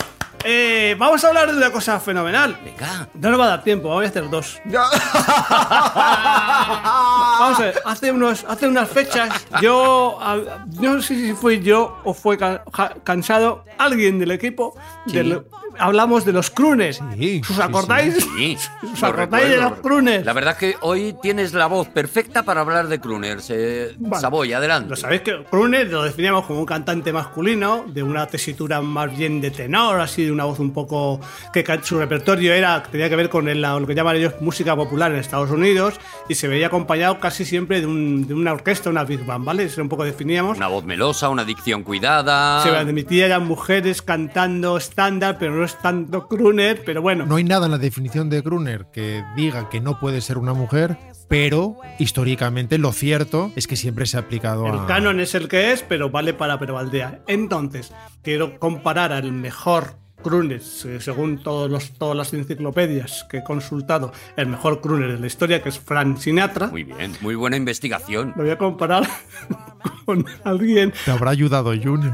Speaker 4: eh, vamos a hablar de una cosa fenomenal.
Speaker 3: Venga.
Speaker 4: No nos va a dar tiempo, vamos a hacer dos. Vamos a ver, hace, unos, hace unas fechas yo, a- no sé si fui yo o fue ca- ja- cansado alguien del equipo, de lo- hablamos de los crunes.
Speaker 1: Sí,
Speaker 4: ¿Os
Speaker 1: sí,
Speaker 4: acordáis?
Speaker 3: Sí,
Speaker 4: ¿Os
Speaker 3: lo
Speaker 4: acordáis de
Speaker 3: recuerdo.
Speaker 4: los crooners?
Speaker 3: La verdad es que hoy tienes la voz perfecta para hablar de crooners. Eh,
Speaker 4: Vale.
Speaker 3: Savoy, adelante.
Speaker 4: Lo sabéis que Crooner lo definíamos como un cantante masculino, de una tesitura más bien de tenor, así de una voz un poco que ca- su repertorio era tenía que ver con el- lo que llaman ellos música popular en Estados Unidos y se veía acompañado casi siempre de, un- de una orquesta, una big band, ¿vale? Eso un poco definíamos.
Speaker 3: Una voz melosa, una dicción cuidada.
Speaker 4: Se admitía ya mujeres cantando estándar, pero no es tanto crooner, pero bueno.
Speaker 1: No hay nada en la definición de Gruner que diga que no puede ser una mujer, pero históricamente lo cierto es que siempre se ha aplicado
Speaker 4: El
Speaker 1: a.
Speaker 4: canon es el que es, pero vale para Pervaldea. Entonces, quiero comparar al mejor crooner, se- según todos los, todas las enciclopedias que he consultado, el mejor crooner de la historia, que es Frank Sinatra.
Speaker 3: Muy bien, muy buena investigación.
Speaker 4: Lo voy a comparar con alguien.
Speaker 1: Te habrá ayudado Junior.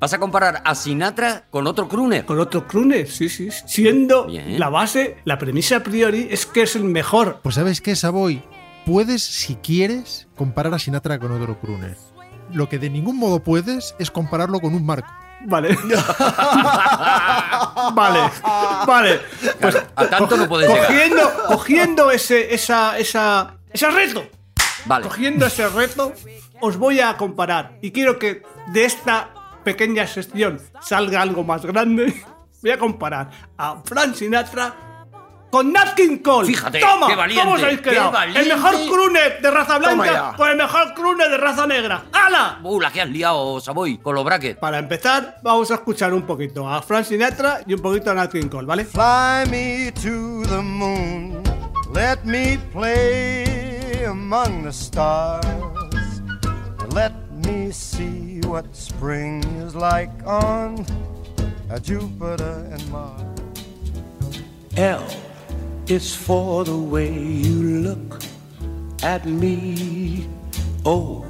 Speaker 3: Vas a comparar a Sinatra con otro crooner.
Speaker 4: Con otro crooner, sí, sí. sí. Siendo
Speaker 3: Bien.
Speaker 4: la base, la premisa a priori es que es el mejor.
Speaker 1: Pues sabes qué, Savoy, puedes, si quieres, comparar a Sinatra con otro crooner. Lo que de ningún modo puedes es compararlo con un marco.
Speaker 4: Vale. vale. Vale. Pues
Speaker 3: A tanto no puedes llegar.
Speaker 4: cogiendo, cogiendo ese, esa, esa, ese reto.
Speaker 3: Vale.
Speaker 4: Cogiendo ese reto, os voy a comparar y quiero que de esta pequeña sesión salga algo más grande. voy a comparar a Frank Sinatra con Nat King Cole.
Speaker 3: Fíjate,
Speaker 4: Toma,
Speaker 3: qué valiente,
Speaker 4: ¿cómo os habéis
Speaker 3: qué
Speaker 4: quedado?
Speaker 3: valiente.
Speaker 4: El mejor crooner de raza blanca
Speaker 2: ya.
Speaker 4: por el mejor crooner de raza negra. ¡Hala!
Speaker 3: Uh, la que has liado, Savoy, con los brackets.
Speaker 4: Para empezar, vamos a escuchar un poquito a Frank Sinatra y un poquito a Nat King Cole, ¿vale?
Speaker 8: Fly me to the moon. Let me play among the stars. Let me see what spring is like on uh, Jupiter and Mars. L is for the way you look at me. O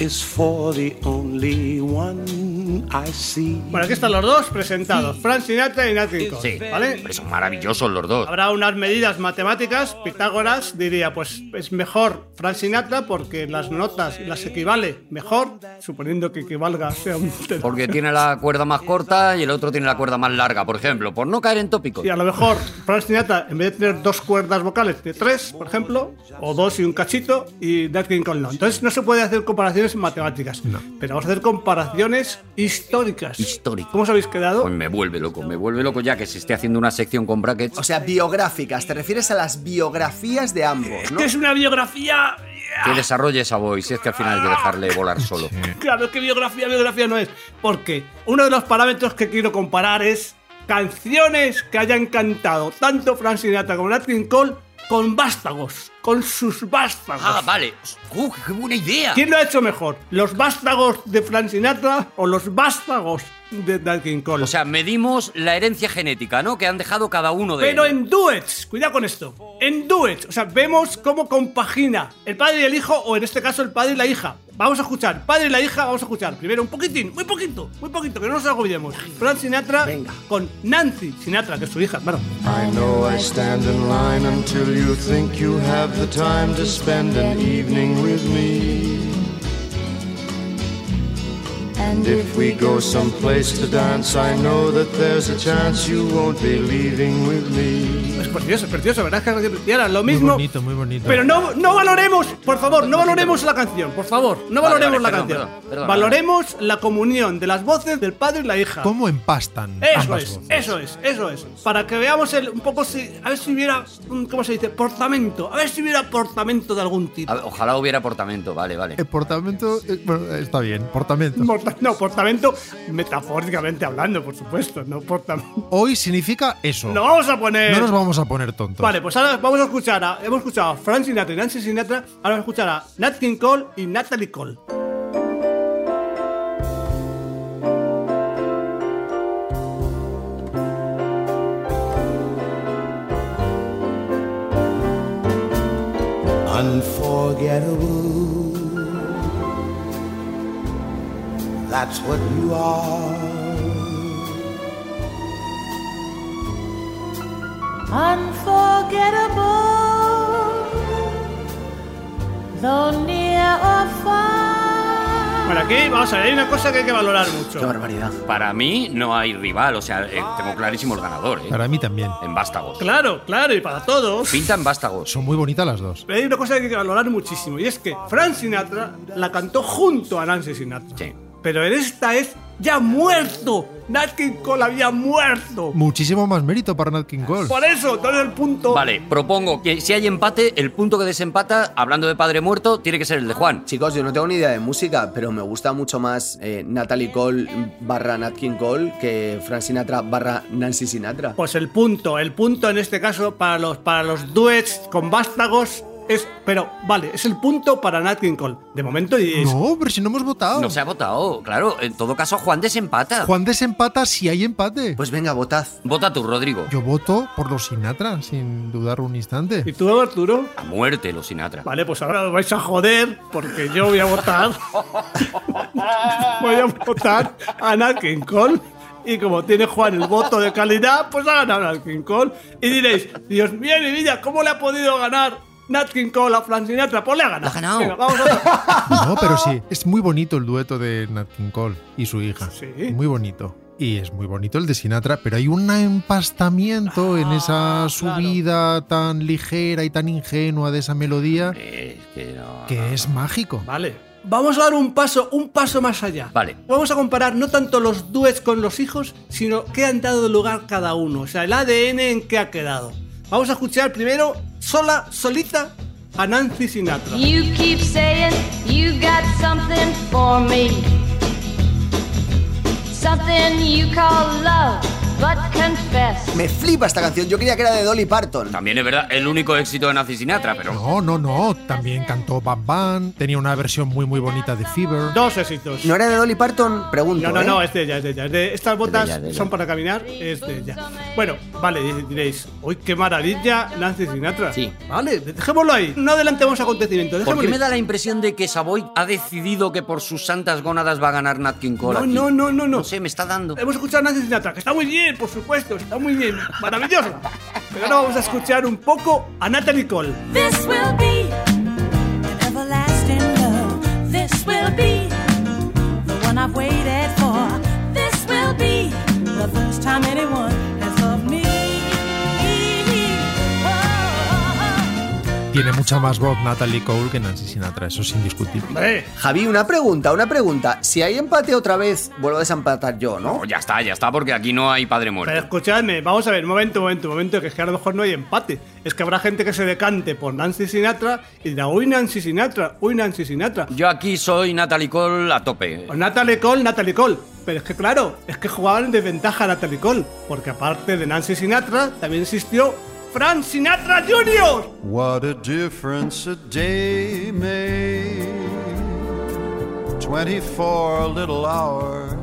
Speaker 8: is for the only one I see.
Speaker 4: Bueno, aquí están los dos presentados, Frank Sinatra y Nat King Cole,
Speaker 3: Sí,
Speaker 4: ¿vale?
Speaker 3: Pero son maravillosos los dos.
Speaker 4: Habrá unas medidas matemáticas, Pitágoras diría, pues es mejor Frank Sinatra porque las notas las equivale mejor, suponiendo que equivalga sea un tenor.
Speaker 3: Porque tiene la cuerda más corta y el otro tiene la cuerda más larga, por ejemplo, por no caer en tópicos.
Speaker 4: Y a lo mejor Frank Sinatra, en vez de tener dos cuerdas vocales, tiene tres, por ejemplo, o dos y un cachito, y Nat King Cole no. Entonces no se puede hacer comparaciones matemáticas, pero vamos a hacer comparaciones históricas.
Speaker 3: Históricas.
Speaker 4: ¿Cómo os habéis quedado?
Speaker 3: Pues me vuelve loco, me vuelve loco ya que se esté haciendo una sección con brackets.
Speaker 2: O sea, biográficas. Te refieres a las biografías de ambos, ¿no?
Speaker 4: Que es una biografía.
Speaker 3: Que desarrolle esa voz, si es que al final hay que dejarle volar solo.
Speaker 4: Claro, es que biografía, biografía no es. Porque uno de los parámetros que quiero comparar es canciones que hayan cantado tanto Frank Sinatra como Nat King Cole con vástagos, con sus vástagos.
Speaker 3: Ah, vale. ¡Uh, qué buena idea!
Speaker 4: ¿Quién lo ha hecho mejor? ¿Los vástagos de Frank Sinatra o los vástagos de Nat King Cole?
Speaker 3: O sea, medimos la herencia genética, ¿no? Que han dejado cada uno de
Speaker 4: Pero
Speaker 3: ellos.
Speaker 4: en duets, cuidado con esto. En duets, o sea, vemos cómo compagina el padre y el hijo, o en este caso el padre y la hija. Vamos a escuchar, padre y la hija, vamos a escuchar. Primero un poquitín, muy poquito, muy poquito, que no nos agobiemos. Frank Sinatra con Nancy Sinatra, que es su hija, claro.
Speaker 8: I know I stand in line until you think you have the time to spend an evening with me. And if we go someplace to dance, I know that there's a chance you won't be leaving with me.
Speaker 4: Es precioso, es precioso, ¿verdad? Es que es precioso. Y ahora, lo mismo.
Speaker 1: bonito, muy bonito.
Speaker 4: Pero no, no valoremos, por favor, no valoremos la canción, por favor, no
Speaker 3: Vale,
Speaker 4: valoremos
Speaker 3: vale,
Speaker 4: la
Speaker 3: perdón,
Speaker 4: canción.
Speaker 3: perdón, perdón.
Speaker 4: valoremos la comunión de las voces del padre y la hija.
Speaker 1: ¿Cómo empastan?
Speaker 4: Eso
Speaker 1: ambas
Speaker 4: es,
Speaker 1: voces?
Speaker 4: eso es, eso es. Para que veamos el, un poco si. A ver si hubiera. un- ¿Cómo se dice? Portamento. A ver si hubiera portamento de algún tipo.
Speaker 3: A ver, ojalá hubiera portamento, vale, vale.
Speaker 1: El portamento. eh, Bueno, está bien, portamento.
Speaker 4: Porta- no, portamento metafóricamente hablando, por supuesto. No portamento.
Speaker 1: Hoy significa eso.
Speaker 4: No vamos a poner.
Speaker 1: No nos vamos a poner tontos.
Speaker 4: Vale, pues ahora vamos a escuchar a. Hemos escuchado a Frank Sinatra y Nancy Sinatra. Ahora vamos a escuchar a Nat King Cole y Natalie Cole.
Speaker 8: Unforgettable. That's what you are.
Speaker 4: Bueno, aquí vamos a ver. Hay una cosa que hay que valorar mucho.
Speaker 2: barbaridad.
Speaker 3: Para mí no hay rival, o sea, eh, tengo clarísimo el ganador, ¿eh?
Speaker 1: Para mí también.
Speaker 3: En vástagos.
Speaker 4: Claro, claro, y para todos.
Speaker 3: Pinta en vástagos.
Speaker 1: Son muy bonitas las dos.
Speaker 4: Pero hay una cosa que hay que valorar muchísimo y es que Frank Sinatra la cantó junto a Nancy Sinatra.
Speaker 3: Sí.
Speaker 4: Pero en esta es ya muerto. Nat King Cole había muerto.
Speaker 1: Muchísimo más mérito para Nat King Cole.
Speaker 4: Por eso, todo el punto.
Speaker 3: Vale, propongo que si hay empate, el punto que desempata, hablando de padre muerto, tiene que ser el de Juan.
Speaker 2: Chicos, yo no tengo ni idea de música, pero me gusta mucho más eh, Natalie Cole barra Nat King Cole que Frank Sinatra barra Nancy Sinatra.
Speaker 4: Pues el punto, el punto en este caso para los, para los duets con vástagos es. Pero vale, es el punto para Nat King Cole. De momento y es-
Speaker 1: No, pero si no hemos
Speaker 4: Oh.
Speaker 1: votado.
Speaker 3: No se ha votado, claro. En todo caso, Juan desempata.
Speaker 1: Juan desempata si hay empate.
Speaker 2: Pues venga, votad.
Speaker 3: Vota tú, Rodrigo.
Speaker 1: Yo voto por los Sinatra, sin dudar un
Speaker 4: ¿Y
Speaker 1: instante.
Speaker 4: tú, Arturo?
Speaker 3: A muerte, los Sinatra.
Speaker 4: Vale, pues ahora os vais a joder porque yo voy a votar. voy a votar a Nat King Cole. Y como tiene Juan el voto de calidad, pues ha ganado Nat King Cole. Y diréis, Dios mío, mi vida, ¿cómo le ha podido ganar Nat King Cole a Frank Sinatra? Pues le ha ganado.
Speaker 3: Le ha ganado.
Speaker 4: Venga, vamos a
Speaker 1: No, pero sí. Es muy bonito el dueto de Nat King Cole y su hija.
Speaker 4: Sí.
Speaker 1: Muy bonito. Y es muy bonito el de Sinatra, pero hay un
Speaker 4: Ah,
Speaker 1: empastamiento en esa subida tan ligera y tan ingenua de esa melodía
Speaker 3: Es que no.
Speaker 1: que es mágico.
Speaker 4: Vale, Vamos a dar un paso, un paso más allá.
Speaker 3: Vale.
Speaker 4: Vamos a comparar no tanto los duets con los hijos, sino qué han dado lugar cada uno. O sea, el ADN en qué ha quedado. Vamos a escuchar primero, sola, solita, a Nancy Sinatra.
Speaker 10: You keep saying you got something for me. Something you call love, but confess.
Speaker 2: Me flipa esta canción, yo creía que era de Dolly Parton.
Speaker 3: También es verdad, el único éxito de Nancy Sinatra, pero.
Speaker 1: No, no, no. También cantó Bam Bam. Tenía una versión muy, muy bonita de Fever.
Speaker 4: Dos éxitos.
Speaker 2: ¿No era de Dolly Parton? Pregunto.
Speaker 4: No, no, no,
Speaker 2: ¿eh?
Speaker 4: es de ella, es de ella. Es de- estas botas
Speaker 6: ella, de ella.
Speaker 4: son para caminar, es de ella. Bueno, vale, dir- diréis, uy, qué maravilla Nancy Sinatra.
Speaker 3: Sí.
Speaker 4: Vale, dejémoslo ahí. No adelantemos acontecimientos, dejémoslo
Speaker 3: Porque me
Speaker 4: ahí.
Speaker 3: da la impresión de que Savoy ha decidido que por sus santas gónadas va a ganar Nat King Cole.
Speaker 4: No,
Speaker 3: aquí.
Speaker 4: no, Eh, no, no, no.
Speaker 3: No sé, me está dando.
Speaker 4: Hemos escuchado a Nancy Sinatra, que está muy bien, por supuesto, está muy bien, maravillosa. Pero ahora vamos a escuchar un poco a Natalie Cole.
Speaker 9: This will be an everlasting love. This will be the one I've waited for. This will be the first time anyone has loved me. Oh,
Speaker 1: Tiene mucha más voz Natalie Cole que Nancy Sinatra, eso es indiscutible.
Speaker 4: Hombre,
Speaker 2: Javi, una pregunta, una pregunta. Si hay empate otra vez, vuelvo a desempatar yo, ¿no?
Speaker 3: Pues ya está, ya está, porque aquí no hay padre
Speaker 4: pero
Speaker 3: muerto.
Speaker 4: escuchadme, vamos a ver, un momento, un momento, un momento, que es que a lo mejor no hay empate. Es que habrá gente que se decante por Nancy Sinatra y dirá, uy, Nancy Sinatra, uy, Nancy Sinatra.
Speaker 3: Yo aquí soy Natalie Cole a tope.
Speaker 4: Pues Natalie Cole, Natalie Cole. Pero es que claro, es que jugaban en desventaja a Natalie Cole, porque aparte de Nancy Sinatra, también existió Frank Sinatra Jr.
Speaker 8: What a difference a day made. 24 little hours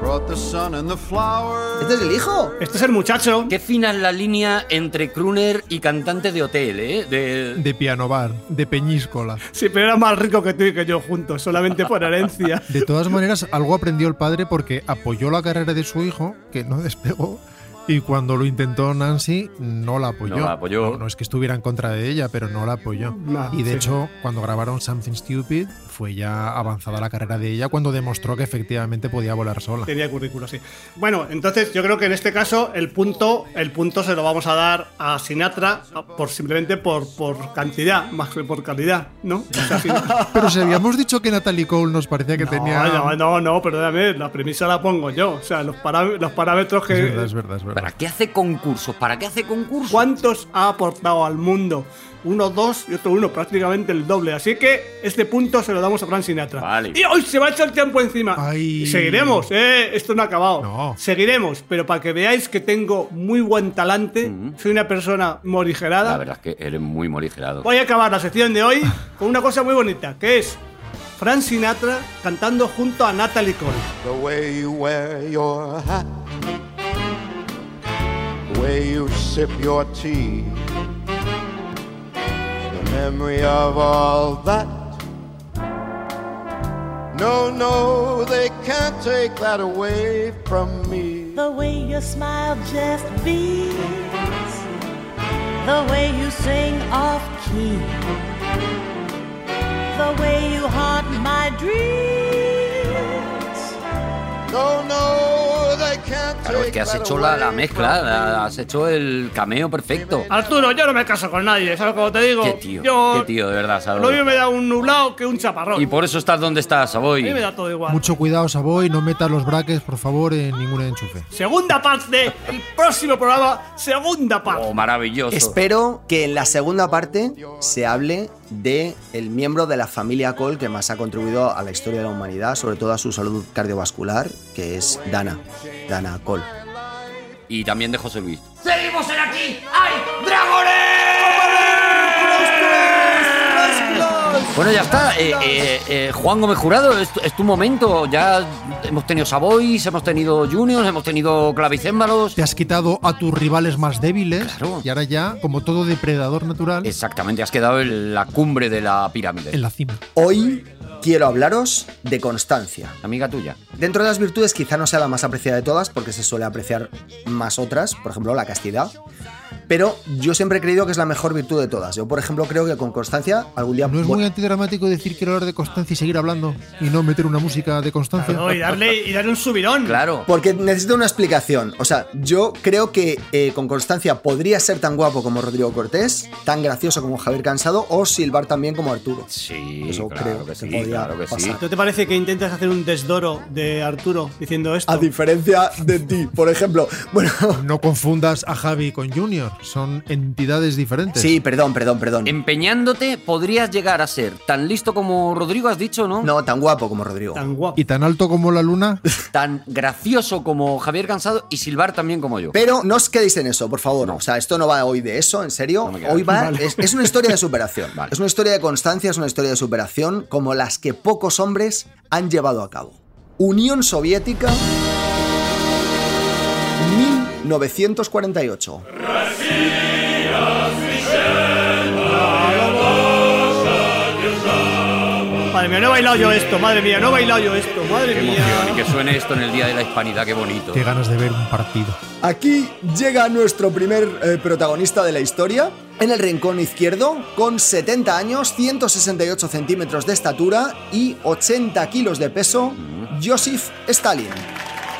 Speaker 8: brought the sun and the flowers.
Speaker 2: ¿Este es el hijo?
Speaker 4: Este es el muchacho.
Speaker 3: Qué fina es la línea entre crooner y cantante de hotel, ¿eh? De...
Speaker 1: De piano bar, de peñíscola.
Speaker 4: Sí, pero era más rico que tú y que yo juntos, solamente por herencia.
Speaker 1: De todas maneras, algo aprendió el padre porque apoyó la carrera de su hijo, que no despegó, y cuando lo intentó Nancy, no la apoyó.
Speaker 3: No la apoyó.
Speaker 1: No, no es que estuviera en contra de ella, pero no la apoyó.
Speaker 4: No,
Speaker 1: y de
Speaker 4: sí.
Speaker 1: hecho, cuando grabaron Something Stupid, fue ya avanzada la carrera de ella cuando demostró que efectivamente podía volar sola.
Speaker 4: Tenía currículo, sí. Bueno, entonces yo creo que en este caso el punto, el punto se lo vamos a dar a Sinatra por simplemente por, por cantidad, más que por calidad, ¿no? O sea, sí.
Speaker 1: Pero si habíamos dicho que Natalie Cole nos parecía que tenía...
Speaker 4: No, no, no, no, perdóname, la premisa la pongo yo. O sea, los, pará- los parámetros que.
Speaker 1: Es verdad, es verdad, es verdad.
Speaker 3: ¿Para qué hace concursos? ¿Para qué hace concursos?
Speaker 4: ¿Cuántos ha aportado al mundo? Uno, dos y otro uno, prácticamente el doble. Así que este punto se lo damos a Frank Sinatra.
Speaker 3: Vale.
Speaker 4: Y hoy se va a echar el tiempo encima.
Speaker 1: Ay.
Speaker 4: Y Seguiremos, eh. Esto no ha acabado.
Speaker 1: No.
Speaker 4: Seguiremos, pero para que veáis que tengo muy buen talante, soy una persona morigerada.
Speaker 3: Mm-hmm. La verdad es que eres muy morigerado.
Speaker 4: Voy a acabar la sección de hoy con una cosa muy bonita, que es Frank Sinatra cantando junto a Natalie Cole.
Speaker 8: The way you wear your hat, the way you sip your tea, the memory of all that. No, no, they can't take that away from me.
Speaker 9: the way your smile just beams, the way you sing off key, the way you haunt my dreams.
Speaker 8: No, no, they can't
Speaker 3: Claro, es
Speaker 8: take
Speaker 3: que has
Speaker 8: that
Speaker 4: pues,
Speaker 3: hecho la,
Speaker 8: away
Speaker 3: la mezcla,
Speaker 8: from
Speaker 3: la- has hecho el cameo perfecto.
Speaker 4: Arturo, yo no me caso con nadie, ¿sabes cómo te digo?
Speaker 3: Qué tío,
Speaker 4: yo,
Speaker 3: qué tío, de verdad,
Speaker 4: Lo mío
Speaker 3: Savoy.
Speaker 4: me da un nublado que un chaparrón.
Speaker 3: Y por eso estás donde estás,
Speaker 4: A mí me
Speaker 3: Savoy.
Speaker 4: da todo igual.
Speaker 1: Mucho cuidado, Savoy, no metas los braques, por favor, en ningún enchufe.
Speaker 4: Segunda parte, el próximo programa, segunda parte.
Speaker 3: Oh, maravilloso.
Speaker 2: Espero que en la segunda parte se hable de el miembro de la familia Cole que más ha contribuido a la historia de la humanidad, sobre todo a su salud cardiovascular, que es Dana, Dana Cole.
Speaker 3: Y también de José Luis. ¡Seguimos en aquí! ¡Hay dragones! Bueno, ya está. Eh, eh, eh, Juan Gómez Jurado, es, tu- es tu momento. Ya hemos tenido Savoys, hemos tenido Juniors, hemos tenido Clavicémbalos.
Speaker 1: Te has quitado a tus rivales más débiles
Speaker 3: Claro.
Speaker 1: y ahora ya, como todo depredador natural,
Speaker 3: Exactamente, has quedado en la cumbre de la pirámide.
Speaker 1: en la cima.
Speaker 2: Hoy quiero hablaros de constancia.
Speaker 3: Amiga tuya.
Speaker 2: Dentro de las virtudes quizá no sea la más apreciada de todas, porque se suele apreciar más otras, por ejemplo la castidad, Pero yo siempre he creído que es la mejor virtud de todas. Yo, por ejemplo, creo que con constancia algún día.
Speaker 1: ¿No es
Speaker 2: voy-
Speaker 1: muy antidramático decir quiero hablar de Constancia y seguir hablando y no meter una música de Constancia?
Speaker 4: Claro, y, darle, y darle un subidón.
Speaker 3: Claro.
Speaker 2: Porque necesito una explicación. O sea, yo creo que eh, con constancia podría ser tan guapo como Rodrigo Cortés, tan gracioso como Javier Cansado o silbar también como Arturo.
Speaker 11: Sí,
Speaker 2: Eso
Speaker 11: claro
Speaker 2: creo
Speaker 11: que
Speaker 2: que
Speaker 11: sí,
Speaker 2: podría
Speaker 11: claro que sí.
Speaker 2: pasar.
Speaker 4: ¿No te parece que intentas hacer un desdoro de Arturo diciendo esto?
Speaker 2: A diferencia de ti, por ejemplo. Bueno,
Speaker 1: No confundas a Javi con Junior, son entidades diferentes.
Speaker 2: sí, perdón, perdón, perdón.
Speaker 3: Empeñándote, podrías llegar a ser tan listo como Rodrigo, has dicho, ¿no?
Speaker 2: No, tan guapo como Rodrigo.
Speaker 4: Tan guapo.
Speaker 1: Y tan alto como la luna,
Speaker 3: Tan gracioso como Javier Cansado y silbar también como yo.
Speaker 2: Pero no os quedéis en eso, por favor. O sea, esto no va hoy de eso, en serio.
Speaker 3: me queda.
Speaker 2: hoy va. Es, es una historia de superación. Es una historia de constancia, es una historia de superación como las que pocos hombres han llevado a cabo. Unión Soviética. 1948.
Speaker 4: Madre mía, no he bailado yo esto, madre mía, no he bailado yo esto, madre
Speaker 11: Qué
Speaker 4: mía.
Speaker 11: emoción y que suene esto en el Día de la Hispanidad, qué bonito.
Speaker 1: qué ganas de ver un partido.
Speaker 2: Aquí llega nuestro primer eh, protagonista de la historia, en el rincón izquierdo, con 70 años, 168 centímetros de estatura y 80 kilos de peso, Joseph Stalin.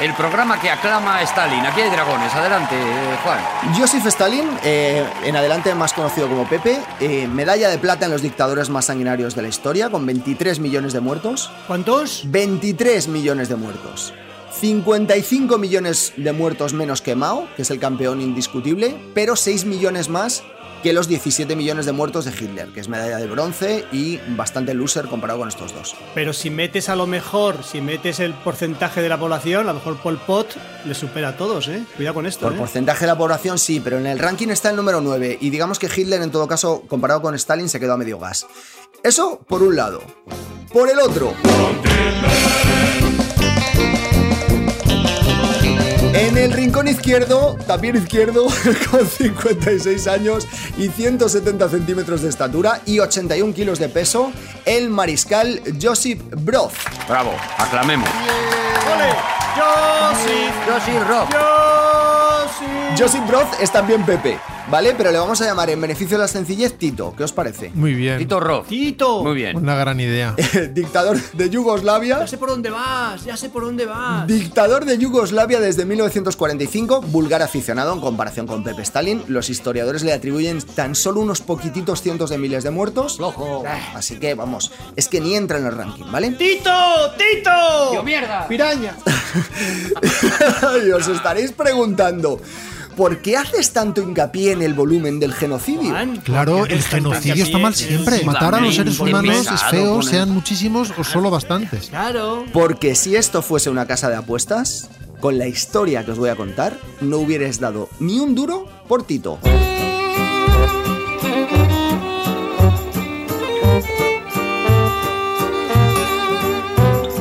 Speaker 11: El programa que aclama a Stalin. Aquí hay dragones. Adelante, eh, Juan.
Speaker 2: Joseph Stalin, eh, en adelante más conocido como Pepe, eh, medalla de plata en los dictadores más sanguinarios de la historia, con 23 millones de muertos.
Speaker 4: ¿Cuántos?
Speaker 2: 23 millones de muertos. 55 millones de muertos menos que Mao, que es el campeón indiscutible, pero 6 millones más que los 17 millones de muertos de Hitler, que es medalla de bronce y bastante loser comparado con estos dos.
Speaker 4: Pero si metes a lo mejor, si metes el porcentaje de la población, a lo mejor Pol Pot le supera a todos, ¿eh? Cuidado con esto,
Speaker 2: Por
Speaker 4: ¿eh?
Speaker 2: porcentaje de la población sí, pero en el ranking está el número 9 y digamos que Hitler en todo caso comparado con Stalin se quedó a medio gas. Eso por un lado. Por el otro. En el rincón izquierdo, también izquierdo, con 56 años y 170 centímetros de estatura y 81 kilos de peso, el mariscal Josip Broz.
Speaker 11: Bravo, aclamemos.
Speaker 4: ¡Ole! Yo sí,
Speaker 3: Yo sí, Rob.
Speaker 4: yo sí.
Speaker 2: Josip Broz es también Pepe, ¿vale? Pero le vamos a llamar en beneficio de la sencillez Tito. ¿Qué os parece?
Speaker 1: Muy bien,
Speaker 11: Tito Rob.
Speaker 4: Tito.
Speaker 11: Muy bien.
Speaker 1: una gran idea.
Speaker 2: dictador de Yugoslavia.
Speaker 5: Ya sé por dónde vas, ya sé por dónde vas.
Speaker 2: Dictador de Yugoslavia desde 1945, vulgar aficionado en comparación con Pepe Stalin, los historiadores le atribuyen tan solo unos poquititos cientos de miles de muertos. Ah, Así que vamos, es que ni entra en el ranking, ¿vale?
Speaker 4: ¡Tito! ¡Tito!
Speaker 3: mierda!
Speaker 4: ¡Piraña!
Speaker 2: y os estaréis preguntando, ¿por qué haces tanto hincapié en el volumen del genocidio?
Speaker 1: Claro, el genocidio está mal siempre. Matar a los seres humanos es feo, sean muchísimos o solo bastantes.
Speaker 5: Claro.
Speaker 2: Porque si esto fuese una casa de apuestas, con la historia que os voy a contar, no hubierais dado ni un duro por Tito.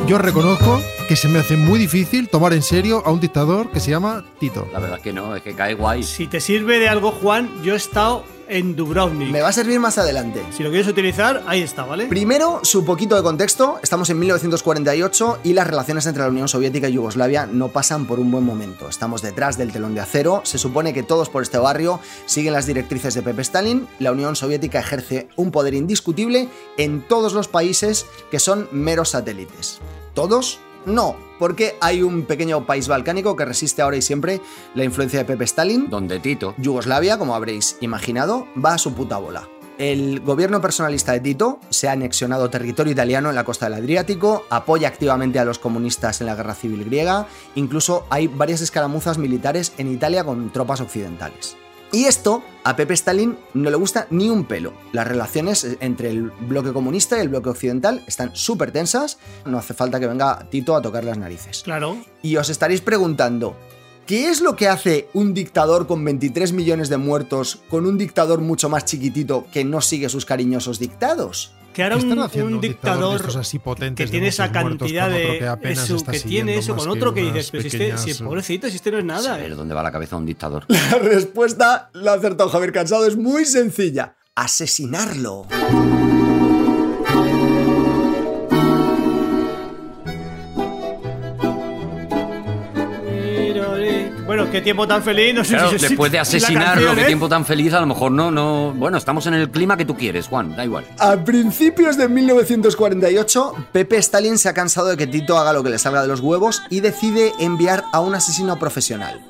Speaker 1: Yo reconozco que se me hace muy difícil tomar en serio a un dictador que se llama Tito.
Speaker 11: La verdad es que no, es que cae guay.
Speaker 4: Si te sirve de algo, Juan, yo he estado en Dubrovnik.
Speaker 2: Me va a servir más adelante.
Speaker 4: Si lo quieres utilizar, ahí está, ¿vale?
Speaker 2: Primero, su poquito de contexto. Estamos en 1948 y las relaciones entre la Unión Soviética y Yugoslavia no pasan por un buen momento. Estamos detrás del telón de acero. Se supone que todos por este barrio siguen las directrices de Pepe Stalin. La Unión Soviética ejerce un poder indiscutible en todos los países que son meros satélites. ¿Todos? No, porque hay un pequeño país balcánico que resiste ahora y siempre la influencia de Pepe Stalin.
Speaker 11: Donde Tito.
Speaker 2: Yugoslavia, como habréis imaginado, va a su puta bola. El gobierno personalista de Tito se ha anexionado territorio italiano en la costa del Adriático, apoya activamente a los comunistas en la guerra civil griega, incluso hay varias escaramuzas militares en Italia con tropas occidentales. Y esto a Pepe Stalin no le gusta ni un pelo. Las relaciones entre el bloque comunista y el bloque occidental están súper tensas, no hace falta que venga Tito a tocar las narices.
Speaker 4: Claro.
Speaker 2: Y os estaréis preguntando, ¿qué es lo que hace un dictador con 23 millones de muertos con un dictador mucho más chiquitito que no sigue sus cariñosos dictados?
Speaker 4: Que ahora
Speaker 1: ¿Qué
Speaker 4: un,
Speaker 1: estará haciendo
Speaker 4: un
Speaker 1: un dictador de
Speaker 4: dictador
Speaker 1: estos así potentes
Speaker 4: que
Speaker 1: de
Speaker 4: tiene esa
Speaker 1: muchos muertos
Speaker 4: cantidad
Speaker 1: con otro
Speaker 4: de
Speaker 1: que apenas
Speaker 4: eso,
Speaker 1: está
Speaker 4: que tiene
Speaker 1: siguiendo
Speaker 4: eso
Speaker 1: más
Speaker 4: con
Speaker 1: que
Speaker 4: otro que
Speaker 1: unas
Speaker 4: dices, pero si este,
Speaker 1: pequeñas,
Speaker 4: si
Speaker 1: eh,
Speaker 4: pobrecito, si este no es nada.
Speaker 11: Saber
Speaker 4: eh.
Speaker 11: dónde va la cabeza de un dictador.
Speaker 2: La respuesta la ha acertado Javier Cansado, es muy sencilla. Asesinarlo.
Speaker 4: ¿eh? Bueno, qué tiempo tan feliz. No sé
Speaker 11: Claro,
Speaker 4: si- si-
Speaker 11: después de
Speaker 4: la
Speaker 11: asesinarlo,
Speaker 4: canción,
Speaker 11: qué
Speaker 4: ¿eh?
Speaker 11: tiempo tan feliz, a lo mejor no, no. Bueno, estamos en el clima que tú quieres, Juan, da igual.
Speaker 2: A principios de 1948, Pepe Stalin se ha cansado de que Tito haga lo que le salga de los huevos y decide enviar a un asesino profesional.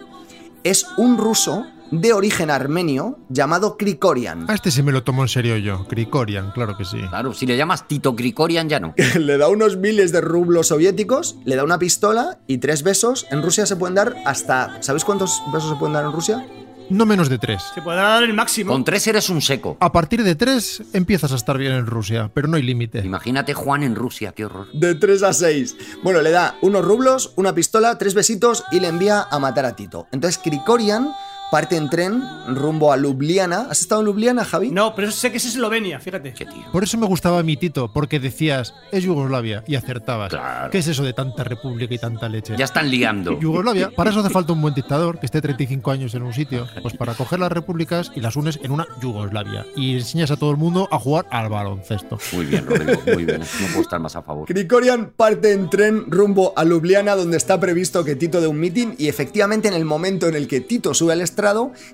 Speaker 2: Es un ruso de origen armenio llamado Krikorian.
Speaker 1: A este sí me lo tomo en serio yo. Krikorian, claro que sí.
Speaker 11: Claro, si le llamas Tito Grigorian ya no.
Speaker 2: Le da unos miles de rublos soviéticos, le da una pistola y tres besos. En Rusia se pueden dar hasta... ¿Sabéis cuántos besos se pueden dar en Rusia?
Speaker 1: No menos de tres.
Speaker 4: Se podrá dar el máximo.
Speaker 11: Con tres eres un seco.
Speaker 1: A partir de tres empiezas a estar bien en Rusia, pero no hay límite.
Speaker 11: Imagínate Juan en Rusia, qué horror.
Speaker 2: De 3 a 6. Bueno, le da unos rublos, una pistola, tres besitos y le envía a matar a Tito. Entonces Krikorian parte en tren rumbo a Ljubljana. ¿Has estado en Ljubljana, Javi?
Speaker 4: No, pero sé que es Eslovenia, fíjate.
Speaker 11: Qué tío.
Speaker 1: Por eso me gustaba mi Tito, porque decías, es Yugoslavia, y acertabas. ¿Qué es eso de tanta república y tanta leche?
Speaker 11: Ya están liando.
Speaker 1: Yugoslavia, para eso hace falta un buen dictador que esté 35 años en un sitio, pues para coger las repúblicas y las unes en una Yugoslavia y enseñas a todo el mundo a jugar al baloncesto.
Speaker 11: Muy bien, Rodrigo, muy bien. No puedo estar más a favor.
Speaker 2: Krikorian parte en tren rumbo a Ljubljana donde está previsto que Tito dé un mitin y efectivamente en el momento en el que Tito sube al estrado,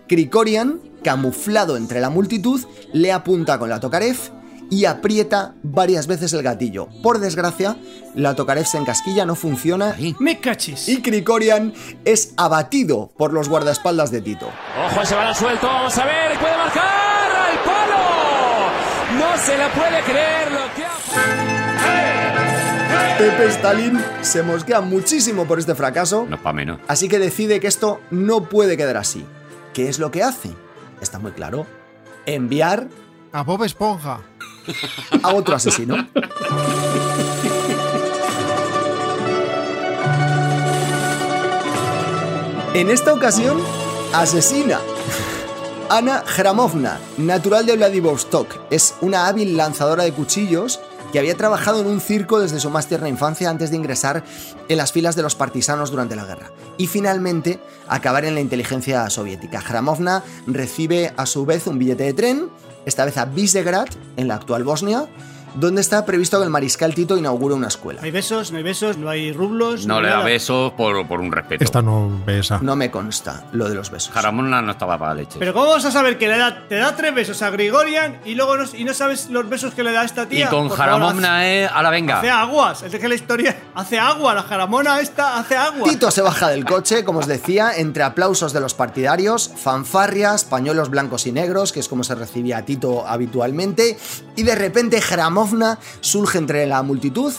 Speaker 2: Krikorian, camuflado entre la multitud, le apunta con la Tokarev y aprieta varias veces el gatillo. Por desgracia, la Tokarev se encasquilla, no funciona
Speaker 11: Ahí.
Speaker 4: Me cachis.
Speaker 2: y Krikorian es abatido por los guardaespaldas de Tito.
Speaker 12: Ojo a ese balón suelto, vamos a ver, puede marcar al palo. No se la puede creer lo que ha...
Speaker 2: Pepe Stalin se mosquea muchísimo por este fracaso,
Speaker 11: No es pa' menos.
Speaker 2: así que decide que esto no puede quedar así. ¿Qué es lo que hace? Está muy claro. Enviar
Speaker 1: A Bob Esponja.
Speaker 2: a otro asesino. En esta ocasión, asesina. Ana Gramovna, natural de Vladivostok, es una hábil lanzadora de cuchillos que había trabajado en un circo desde su más tierna infancia antes de ingresar en las filas de los partisanos durante la guerra y finalmente acabar en la inteligencia soviética. Gramovna recibe a su vez un billete de tren, esta vez a Visegrad, en la actual Bosnia, donde está previsto que el mariscal Tito inaugure una escuela.
Speaker 4: No hay besos, no hay besos, no hay rublos.
Speaker 11: No le da
Speaker 4: Pues nada.
Speaker 11: besos por, por un respeto.
Speaker 1: Esta no besa.
Speaker 2: No me consta lo de los besos.
Speaker 11: Jaramona no estaba para leche.
Speaker 4: Pero ¿cómo vas a saber que le da, te da tres besos a Grigorian y luego no, y no sabes los besos que le da esta
Speaker 11: y
Speaker 4: tía?
Speaker 11: con
Speaker 4: Por favor,
Speaker 11: Jaramona, eh, a la
Speaker 4: haz- Hace
Speaker 11: venga.
Speaker 4: aguas, es que la historia hace agua, la jaramona esta hace agua.
Speaker 2: Tito se baja del coche, como os decía, entre aplausos de los partidarios, fanfarrias, pañuelos blancos y negros, que es como se recibía a Tito habitualmente, y de repente Jaramovna surge entre la multitud,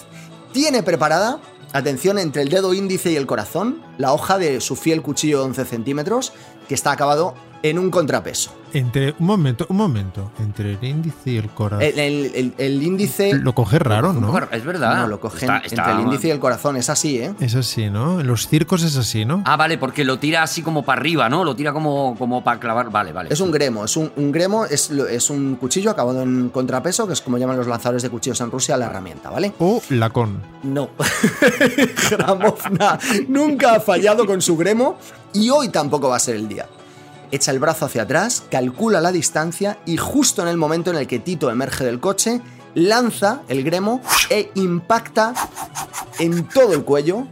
Speaker 2: tiene preparada, atención, entre el dedo índice y el corazón, la hoja de su fiel cuchillo de 11 centímetros, que está acabado en un contrapeso.
Speaker 1: Entre, un momento, un momento. Entre el índice y el
Speaker 11: Ah.
Speaker 1: corazón.
Speaker 11: Eh,
Speaker 2: El, el- el- el índice...
Speaker 1: Lo coge raro, ¿no?
Speaker 11: Bueno, Es verdad.
Speaker 2: No, lo cogen
Speaker 11: Está-
Speaker 2: entre
Speaker 11: está-
Speaker 2: el índice y el corazón, es así, ¿eh?
Speaker 1: Es así, ¿no? En los circos es así, ¿no?
Speaker 11: Ah, vale, porque lo tira así como para arriba, ¿no? Lo tira como, como para clavar. Vale, vale.
Speaker 2: Es un gremo, es un, un gremo, es, lo- es un cuchillo acabado en contrapeso, que es como llaman los lanzadores de cuchillos en Rusia la herramienta, ¿vale?
Speaker 1: O lacón.
Speaker 2: No. Gramovna nunca ha fallado con su gremo y hoy tampoco va a ser el día. Echa el brazo hacia atrás, calcula la distancia y justo en el momento en el que Tito emerge del coche, lanza el gremo e impacta en todo el cuello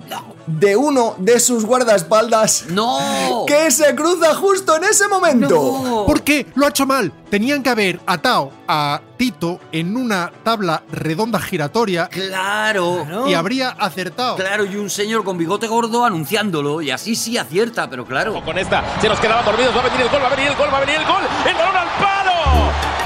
Speaker 2: de uno de sus guardaespaldas
Speaker 11: ¡No!
Speaker 2: que se cruza justo en ese momento.
Speaker 1: ¿Por qué? Lo ha hecho mal. Tenían que haber atado a Tito en una tabla redonda giratoria
Speaker 11: Claro.
Speaker 1: y habría acertado.
Speaker 11: Claro, y un señor con bigote gordo anunciándolo. Y así sí acierta, pero claro.
Speaker 12: Con esta, se nos quedaban dormidos, va a venir el gol, va a venir el gol, va a venir el gol. ¡El balón al palo!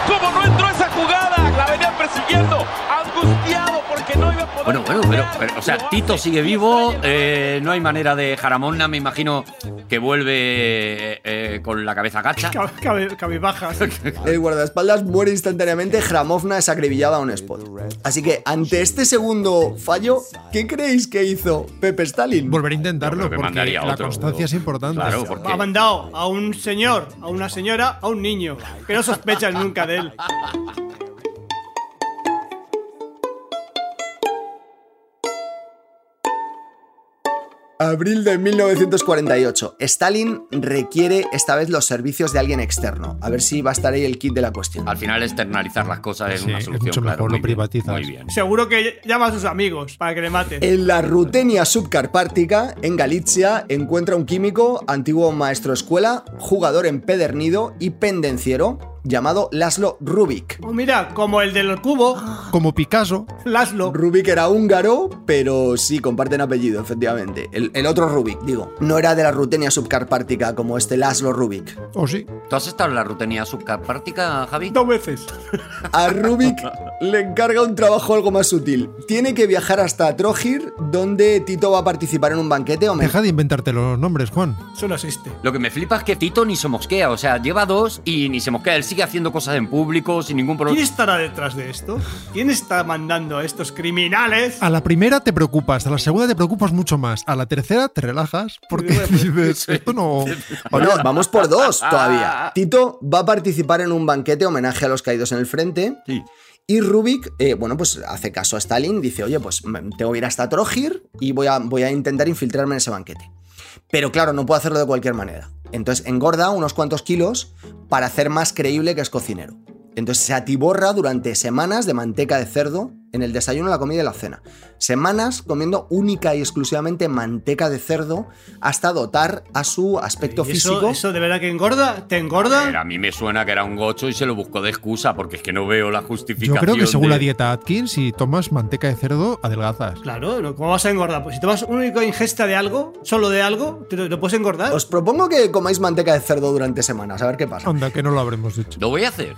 Speaker 12: ¿Cómo no entró esa jugada? La venían persiguiendo, angustiado porque no iba a poder...
Speaker 11: Bueno, bueno, pero,
Speaker 12: marcar.
Speaker 11: pero, o sea,
Speaker 12: Lo
Speaker 11: Tito
Speaker 12: hace.
Speaker 11: sigue vivo, eh, no hay manera de Jaramona, me imagino que vuelve eh, eh, con la cabeza gacha.
Speaker 4: Cab- cabe- Cabibajas.
Speaker 2: El guardaespaldas muere instantáneamente, Jamovna es acribillada a un spot. Así que ante este segundo fallo, ¿qué creéis que hizo Pepe Stalin?
Speaker 1: Volver a intentarlo
Speaker 11: Yo creo que
Speaker 1: porque
Speaker 11: mandaría
Speaker 1: la
Speaker 11: otro.
Speaker 1: constancia es importante.
Speaker 11: Claro, porque
Speaker 4: Ha mandado a un señor, a una señora, a un niño, que no sospechas nunca de él.
Speaker 2: A Abril de 1948. Stalin requiere esta vez los servicios de alguien externo. A ver si va a estar ahí el kit de la cuestión.
Speaker 11: Al final externalizar las cosas es
Speaker 1: Sí,
Speaker 11: una
Speaker 1: es
Speaker 11: solución.
Speaker 1: mucho
Speaker 11: claro,
Speaker 1: mejor,
Speaker 11: muy
Speaker 1: lo
Speaker 11: bien,
Speaker 1: privatizas.
Speaker 11: Muy bien.
Speaker 4: Seguro que llama a sus amigos para que le maten.
Speaker 2: En la Rutenia subcarpática, en Galicia, encuentra un químico, antiguo maestro escuela, jugador empedernido y pendenciero llamado Laszlo Rubik.
Speaker 4: Oh, mira, como el del cubo,
Speaker 1: Como Picasso,
Speaker 4: Laszlo.
Speaker 2: Rubik era húngaro, pero sí, comparten apellido, efectivamente. El, el otro Rubik, digo. No era de la Rutenia subcarpática como este Laszlo Rubik.
Speaker 1: o sí.
Speaker 11: ¿Tú has estado en la rutenía subcarpática, Javi?
Speaker 4: Dos veces.
Speaker 2: A Rubik le encarga un trabajo algo más sutil. Tiene que viajar hasta Trojir, donde Tito va a participar en un banquete homenaje.
Speaker 1: Deja de inventarte los nombres, Juan.
Speaker 4: Eso no existe.
Speaker 11: Lo que me flipa es que Tito ni se mosquea, o sea, lleva dos y ni se mosquea. Él sigue haciendo cosas en público sin ningún
Speaker 4: ¿Quién
Speaker 11: problema.
Speaker 4: estará detrás de esto? ¿Quién está mandando a estos criminales?
Speaker 1: A la primera te preocupas, a la segunda te preocupas mucho más, a la tercera te relajas porque
Speaker 4: Sí, bueno,
Speaker 1: dices, esto no...
Speaker 2: O Oh, no, vamos por dos todavía. Tito va a participar en un banquete homenaje a los caídos en el frente.
Speaker 11: Sí.
Speaker 2: Y Rubik, eh, bueno, pues hace caso a Stalin, dice, oye, pues me- tengo que ir hasta Trojir y voy a, voy a intentar infiltrarme en ese banquete. Pero claro, no puedo hacerlo de cualquier manera. Entonces engorda unos cuantos kilos para hacer más creíble que es cocinero. Entonces se atiborra durante semanas de manteca de cerdo en el desayuno, la comida y la cena. Semanas comiendo única y exclusivamente manteca de cerdo hasta dotar a su aspecto
Speaker 4: ¿Y
Speaker 2: físico.
Speaker 4: eso, eso de verdad que engorda? ¿Te
Speaker 11: Pero
Speaker 4: engorda?
Speaker 11: a mí me suena que era un gocho y se lo buscó de excusa, porque es que no veo la
Speaker 1: Yo
Speaker 11: justificación.
Speaker 1: creo que según
Speaker 11: de-
Speaker 1: la dieta Atkins, si tomas manteca de cerdo, adelgazas.
Speaker 4: Claro, no, ¿cómo vas a engordar? Pues si tomas una única ingesta de algo, solo de algo, ¿te lo, lo puedes engordar?
Speaker 2: Os propongo que comáis manteca de cerdo durante semanas, a ver qué pasa.
Speaker 1: Anda, que no lo habremos dicho.
Speaker 11: Lo voy a hacer.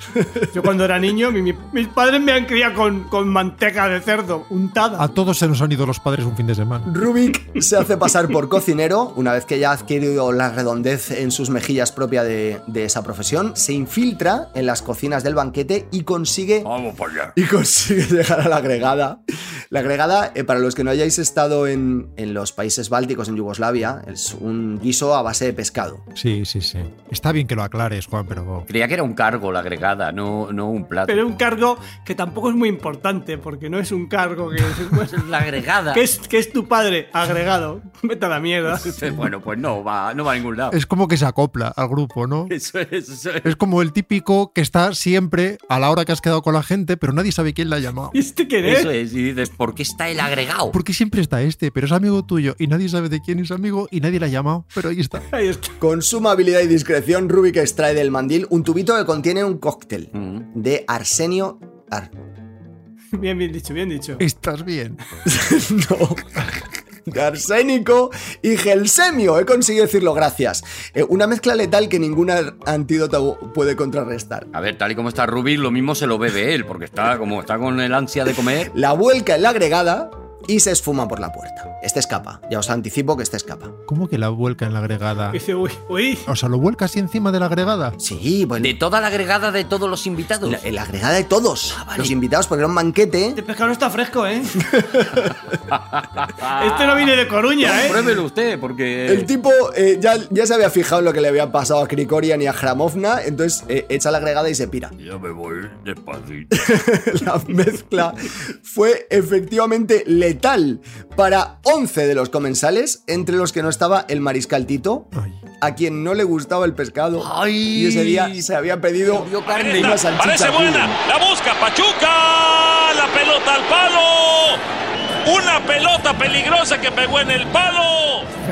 Speaker 4: Yo cuando era niño, mi- mi- mis padres me han criado con, con manteca de cerdo untada.
Speaker 1: A todos se nos han ido los padres un fin de semana.
Speaker 2: Rubik se hace pasar por cocinero, una vez que ya ha adquirido la redondez en sus mejillas propia de, de esa profesión, se infiltra en las cocinas del banquete y consigue
Speaker 11: Vamos por allá.
Speaker 2: y consigue llegar a la agregada. La agregada, eh, para los que no hayáis estado en, en los países bálticos, en Yugoslavia, es un guiso a base de pescado.
Speaker 1: Sí, sí, sí. Está bien que lo aclares, Juan, pero...
Speaker 11: Creía que era un cargo la agregada, no, no un plato.
Speaker 4: Pero un cargo que tampoco es muy importante, porque no es un cargo que,
Speaker 11: La agregada.
Speaker 4: que es, que es tu padre agregado. Vete a la mierda.
Speaker 11: Bueno, pues no va, no va a ningún lado.
Speaker 1: Es como que se acopla al grupo, ¿no?
Speaker 11: Eso es, eso es.
Speaker 1: Es como el típico que está siempre a la hora que has quedado con la gente, pero nadie sabe quién la ha llamado.
Speaker 4: ¿Y este quién es?
Speaker 11: Eso es, y dices, ¿por qué está el agregado?
Speaker 1: Porque siempre está este, pero es amigo tuyo y nadie sabe de quién es amigo y nadie la ha llamado, pero ahí está.
Speaker 4: Ahí está.
Speaker 2: Con suma habilidad y discreción, Rubik extrae del mandil un tubito que contiene un cóctel
Speaker 11: Mm.
Speaker 2: de arsenio... ar-
Speaker 4: Bien, bien dicho, bien dicho.
Speaker 1: Estás bien.
Speaker 2: no. De arsénico y gelsemio, he conseguido decirlo, gracias. Eh, una mezcla letal que ningún ar- antídoto puede contrarrestar.
Speaker 11: A ver, tal y como está Rubik, lo mismo se lo bebe él, porque está como está con el ansia de comer.
Speaker 2: La vuelca en la agregada y se esfuma por la puerta. Este escapa, ya os anticipo que este escapa.
Speaker 1: ¿Cómo que la vuelca en la agregada?
Speaker 4: Dice, uy, uy.
Speaker 1: O sea, lo vuelca así encima de la agregada.
Speaker 2: Sí, bueno.
Speaker 11: De toda la agregada de todos Ah, los invitados.
Speaker 2: La, la agregada de todos los invitados, porque era un banquete.
Speaker 4: Este pescado no está fresco, ¿eh? este no viene de Coruña, ¿eh?
Speaker 11: Pruébelo usted, porque.
Speaker 2: El tipo eh, ya, ya se había fijado en lo que le había pasado a Krikorian y a Hramovna, entonces eh, echa la agregada y se pira.
Speaker 11: Ya me voy despacito.
Speaker 2: la mezcla fue efectivamente letal para 11 de los comensales, entre los que no estaba el mariscal Tito,
Speaker 1: Ay.
Speaker 2: a quien no le gustaba el pescado.
Speaker 11: ¡Ay!
Speaker 2: Y ese día se había pedido
Speaker 11: Comió carne.
Speaker 2: una salchicha.
Speaker 12: Parece
Speaker 2: cubo.
Speaker 12: buena. La busca Pachuca. La pelota al palo. Una pelota peligrosa que pegó en el palo.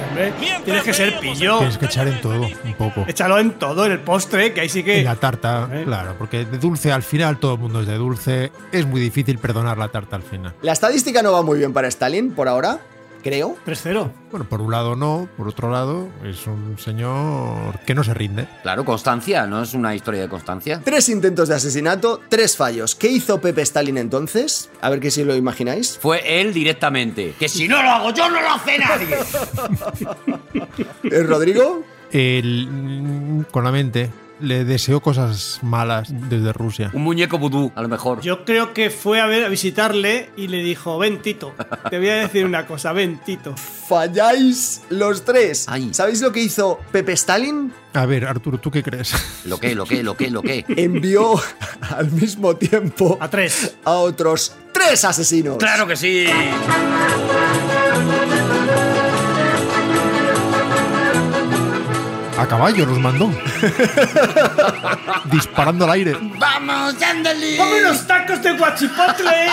Speaker 4: Hombre, tienes que ser pillo.
Speaker 1: Tienes que echar en todo, un poco.
Speaker 4: Échalo en todo, en el postre, que ahí sí que.
Speaker 1: En la tarta,
Speaker 4: Eh.
Speaker 1: claro, porque de dulce al final todo el mundo es de dulce. Es muy difícil perdonar la tarta al final.
Speaker 2: La estadística no va muy bien para Stalin por ahora, creo.
Speaker 4: 3-0.
Speaker 1: Bueno, por un lado no, por otro lado es un señor que no se rinde.
Speaker 11: Claro, constancia, ¿no? Es una historia de constancia.
Speaker 2: Tres intentos de asesinato, tres fallos. ¿Qué hizo Pepe Stalin entonces? A ver que si lo imagináis.
Speaker 11: Fue él directamente. Que si no lo hago yo, no lo hace nadie.
Speaker 2: Eh, Rodrigo,
Speaker 1: El- mm, con la mente le deseó cosas malas desde Rusia.
Speaker 11: Un muñeco vudú, a lo mejor.
Speaker 4: Yo creo que fue a, ver, a visitarle y le dijo, ven Tito, te voy a decir una cosa, ven Tito.
Speaker 2: falláis los tres.
Speaker 11: Ay.
Speaker 2: ¿Sabéis lo que hizo Pepe Stalin?
Speaker 1: A ver, Arturo, ¿tú qué crees?
Speaker 11: Lo que, lo que, lo que, lo que.
Speaker 2: Envió al mismo tiempo
Speaker 4: A tres.
Speaker 2: a otros tres asesinos.
Speaker 11: ¡Claro que sí!
Speaker 1: a caballo nos mandó. Disparando al aire.
Speaker 3: ¡Vamos, Andeli!
Speaker 4: ¡Come unos tacos de guachipotle!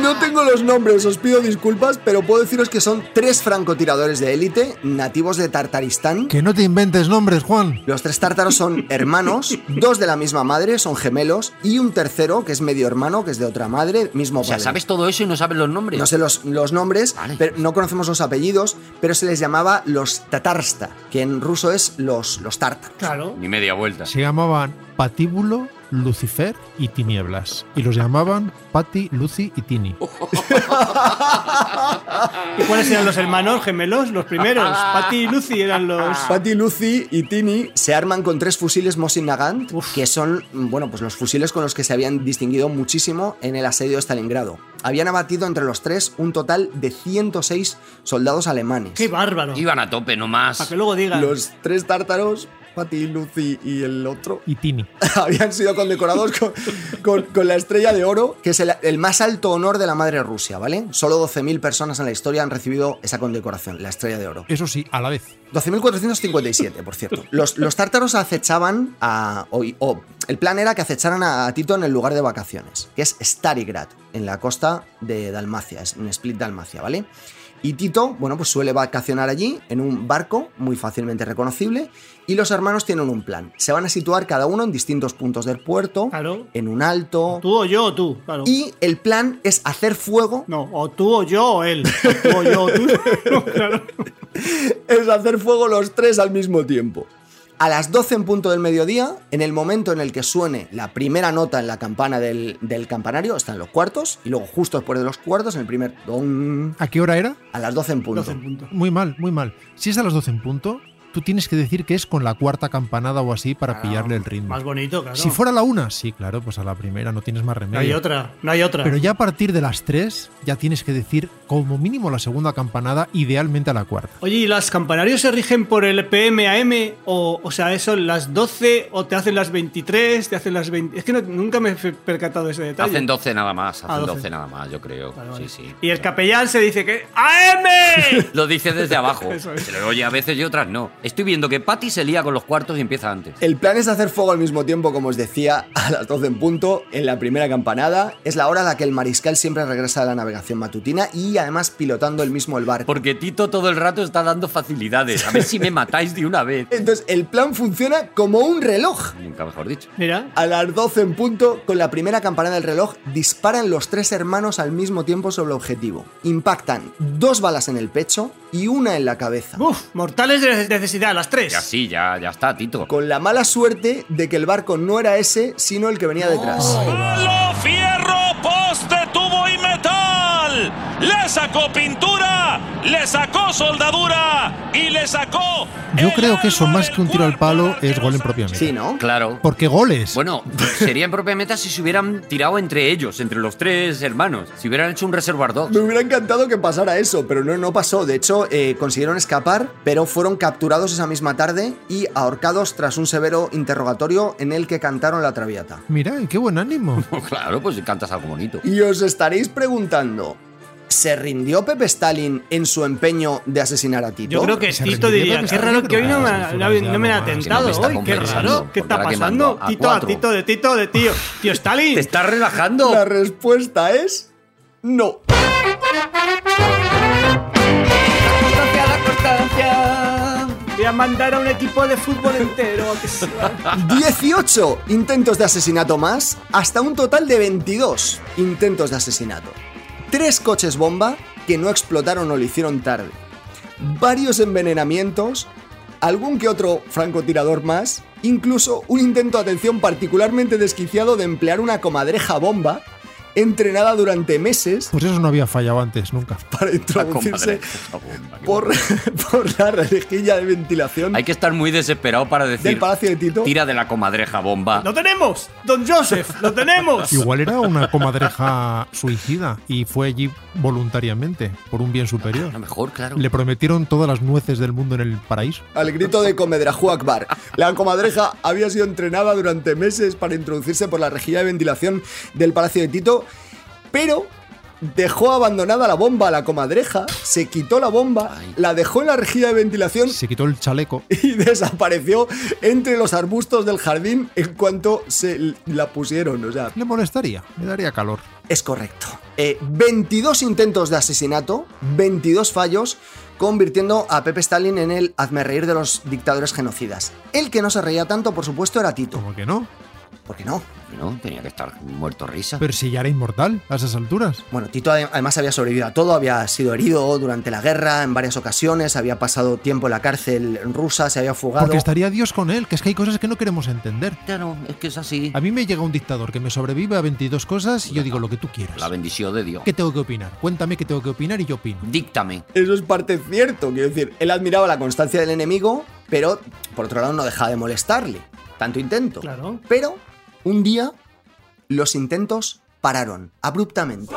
Speaker 2: No tengo los nombres, os pido disculpas, pero puedo deciros que son tres francotiradores de élite nativos de Tartaristán.
Speaker 1: Que no te inventes nombres, Juan.
Speaker 2: Los tres tártaros son hermanos, dos de la misma madre, son gemelos, y un tercero que es medio hermano, que es de otra madre, mismo
Speaker 11: O sea,
Speaker 2: padre.
Speaker 11: sabes todo eso y no sabes los nombres.
Speaker 2: No sé los, los nombres,
Speaker 11: Vale.
Speaker 2: pero no conocemos los apellidos, pero se les llamaba los Tatarsta, que en ruso es los, los tártaros.
Speaker 4: Claro.
Speaker 11: Ni media vuelta.
Speaker 1: Se llamaban Patíbulo, Lucifer y Tinieblas. Y los llamaban Pati, Lucy y Tini.
Speaker 4: ¿Y cuáles eran los hermanos gemelos? Los primeros. Patty y Lucy eran los.
Speaker 2: Patty, Lucy y Tini se arman con tres fusiles Mosin Nagant, que son, bueno, pues los fusiles con los que se habían distinguido muchísimo en el asedio de Stalingrado. Habían abatido entre los tres un total de 106 soldados alemanes.
Speaker 4: ¡Qué bárbaro!
Speaker 11: Iban a tope
Speaker 4: Para
Speaker 11: nomás.
Speaker 4: que luego digan.
Speaker 2: Los tres tártaros, Patty, Lucy y el otro,
Speaker 1: Y Tini.
Speaker 2: habían sido condecorados con, con- con la estrella de oro, que es el, el más alto honor de la madre Rusia, ¿vale? Solo 12.000 personas en la historia han recibido esa condecoración, la estrella de oro.
Speaker 1: Eso sí, a la vez.
Speaker 2: 12.457, por cierto. Los, los tártaros acechaban a. O, o el plan era que acecharan a, Tito en el lugar de vacaciones, que es Starigrad, en la costa de Dalmacia, es en Split Dalmacia, ¿vale? Y Tito, bueno, pues suele vacacionar allí en un barco muy fácilmente reconocible. Y los hermanos tienen un plan. Se van a situar cada uno en distintos puntos del puerto,
Speaker 4: Claro.
Speaker 2: en un alto.
Speaker 4: Tú o yo o tú, claro.
Speaker 2: Y el plan es hacer fuego
Speaker 4: No, o tú o yo o él. O tú o yo o tú.
Speaker 2: es hacer fuego los tres al mismo tiempo. A las 12 en punto del mediodía, en el momento en el que suene la primera nota en la campana del, del campanario, están los cuartos, y luego justo después de los cuartos, en el primer... don,
Speaker 1: ¿A qué hora era?
Speaker 2: a las 12 en punto.
Speaker 4: 12 en punto.
Speaker 1: Muy mal, muy mal. Si es a las 12 en punto, tú tienes que decir que es con la cuarta campanada o así para pillarle el ritmo.
Speaker 4: Más bonito, claro.
Speaker 1: Si fuera la una, sí, claro, pues a la primera no tienes más
Speaker 4: No hay
Speaker 1: remedio.
Speaker 4: otra, no hay otra.
Speaker 1: Pero ya a partir de las 3 ya tienes que decir como mínimo la segunda campanada, idealmente a la cuarta.
Speaker 4: Oye, ¿y las campanarios se rigen por el PM AM? O, o sea, ¿eso las 12 o te hacen las 23? ¿Te hacen las 20? Es que no- nunca me he percatado de ese detalle.
Speaker 11: Hacen 12 nada más, hacen
Speaker 4: Ah,
Speaker 11: 12.
Speaker 4: 12.
Speaker 11: nada más, yo creo.
Speaker 4: Vale, vale.
Speaker 11: Sí, sí.
Speaker 4: Y el capellán se dice que ¡AM!
Speaker 11: Lo dice desde abajo.
Speaker 4: Eso es.
Speaker 11: Se lo oye a veces y otras no. Estoy viendo que Patty se lía con los cuartos y empieza antes.
Speaker 2: El plan es hacer fuego al mismo tiempo, como os decía, a las 12 en punto, en la primera campanada. Es la hora a la que el mariscal siempre regresa de la navegación matutina y además pilotando el mismo el barco.
Speaker 11: Porque Tito todo el rato está dando facilidades. A ver si me matáis de una vez.
Speaker 2: Entonces, el plan funciona como un reloj.
Speaker 11: Nunca mejor dicho.
Speaker 4: Mira,
Speaker 2: A las 12 en punto, con la primera campanada del reloj, disparan los tres hermanos al mismo tiempo sobre el objetivo. Impactan dos balas en el pecho y una en la cabeza.
Speaker 4: ¡Uf! Mortales de necesidad, las 3.
Speaker 11: Ya sí, ya, ya está, Tito.
Speaker 2: Con la mala suerte de que el barco no era ese, sino el que venía detrás.
Speaker 12: ¡Palo, fierro, poste, tubo y metal! Le sacó pintura, le sacó soldadura y le sacó.
Speaker 1: Yo
Speaker 12: el
Speaker 1: creo que eso
Speaker 12: alma
Speaker 1: más
Speaker 12: del
Speaker 1: que un tiro al
Speaker 12: cuerpo
Speaker 1: palo
Speaker 12: del
Speaker 1: es gol en
Speaker 12: Rosa-
Speaker 1: propia meta.
Speaker 2: Sí, ¿no?
Speaker 11: Claro.
Speaker 1: Porque goles.
Speaker 11: Bueno, sería en propia meta si se hubieran tirado entre ellos, entre los tres hermanos. Si hubieran hecho un reservoir
Speaker 2: Me
Speaker 11: 2.
Speaker 2: hubiera encantado que pasara eso, pero no, no pasó. De hecho, eh, consiguieron escapar, pero fueron capturados esa misma tarde y ahorcados tras un severo interrogatorio en el que cantaron la traviata.
Speaker 1: Mira, qué buen ánimo.
Speaker 11: Claro, pues cantas algo bonito.
Speaker 2: Y os estaréis preguntando, ¿se rindió Pepe Stalin en su empeño de asesinar a Tito?
Speaker 4: Yo creo que
Speaker 1: Se
Speaker 4: Tito diría,
Speaker 1: rindió, pero
Speaker 4: qué
Speaker 1: está
Speaker 4: raro
Speaker 1: bien,
Speaker 4: que hoy no me,
Speaker 1: pero
Speaker 4: ha-
Speaker 1: no,
Speaker 4: no me- no me han
Speaker 1: no, no,
Speaker 4: atentado
Speaker 11: que no me
Speaker 4: hoy,
Speaker 11: está
Speaker 4: qué
Speaker 11: compensando,
Speaker 4: raro, qué está
Speaker 11: porque ahora que mando
Speaker 4: pasando.
Speaker 11: a
Speaker 4: Tito, a
Speaker 11: cuatro.
Speaker 4: Tito, de Tito, de tío. Tío Stalin.
Speaker 11: ¿Te estás relajando?
Speaker 2: La respuesta es no.
Speaker 4: Voy a mandar a un equipo de fútbol entero. a que se va.
Speaker 2: 18 intentos de asesinato más, hasta un total de 22 intentos de asesinato. Tres coches bomba que no explotaron o lo hicieron tarde. Varios envenenamientos, algún que otro francotirador más, incluso un intento de atención particularmente desquiciado de emplear una comadreja bomba entrenada durante meses
Speaker 1: Pues eso no había fallado antes, nunca.
Speaker 2: para
Speaker 11: Ah, compadre.
Speaker 2: introducirse
Speaker 11: Esta bomba, qué
Speaker 2: por, por la rejilla de ventilación
Speaker 11: Hay que estar muy desesperado para
Speaker 2: del
Speaker 11: decir
Speaker 2: Palacio de Tito.
Speaker 11: tira de la comadreja bomba.
Speaker 4: ¡Lo tenemos! ¡Don Joseph! ¡Lo tenemos!
Speaker 1: Igual era una comadreja suicida y fue allí voluntariamente, por un
Speaker 11: A
Speaker 1: bien
Speaker 11: lo
Speaker 1: superior.
Speaker 11: mejor, claro.
Speaker 1: Le prometieron todas las nueces del mundo en el paraíso.
Speaker 2: al grito de Comedrajú Akbar. La comadreja había sido entrenada durante meses para introducirse por la rejilla de ventilación del Palacio de Tito, pero dejó abandonada la bomba a la comadreja, se quitó la bomba, la dejó en la rejilla de ventilación.
Speaker 1: Se quitó el chaleco.
Speaker 2: Y desapareció entre los arbustos del jardín en cuanto se la pusieron. O sea,
Speaker 1: le molestaría, le daría calor.
Speaker 2: Es correcto. Eh, 22 intentos de asesinato, 22 fallos, convirtiendo a Pepe Stalin en el hazme reír de los dictadores genocidas. El que no se reía tanto, por supuesto, era Tito.
Speaker 1: ¿Cómo que no?
Speaker 2: ¿Por qué no?
Speaker 3: No, tenía que estar muerto risa.
Speaker 1: Pero si ya era inmortal a esas alturas.
Speaker 2: Bueno, Tito adem- además había sobrevivido a todo, había sido herido durante la guerra en varias ocasiones, había pasado tiempo en la cárcel rusa, se había fugado.
Speaker 1: Porque estaría Dios con él, que es que hay cosas que no queremos entender.
Speaker 3: Claro, es que es así.
Speaker 1: A mí me llega un dictador que me sobrevive a 22 cosas y yo digo lo que tú quieras.
Speaker 3: La bendición de Dios.
Speaker 1: ¿Qué tengo que opinar? Cuéntame qué tengo que opinar y yo opino.
Speaker 3: Díctame.
Speaker 2: Eso es parte cierto, quiero decir, él admiraba la constancia del enemigo, pero por otro lado no dejaba de molestarle. Tanto intento.
Speaker 4: Claro.
Speaker 2: Pero un día los intentos pararon abruptamente.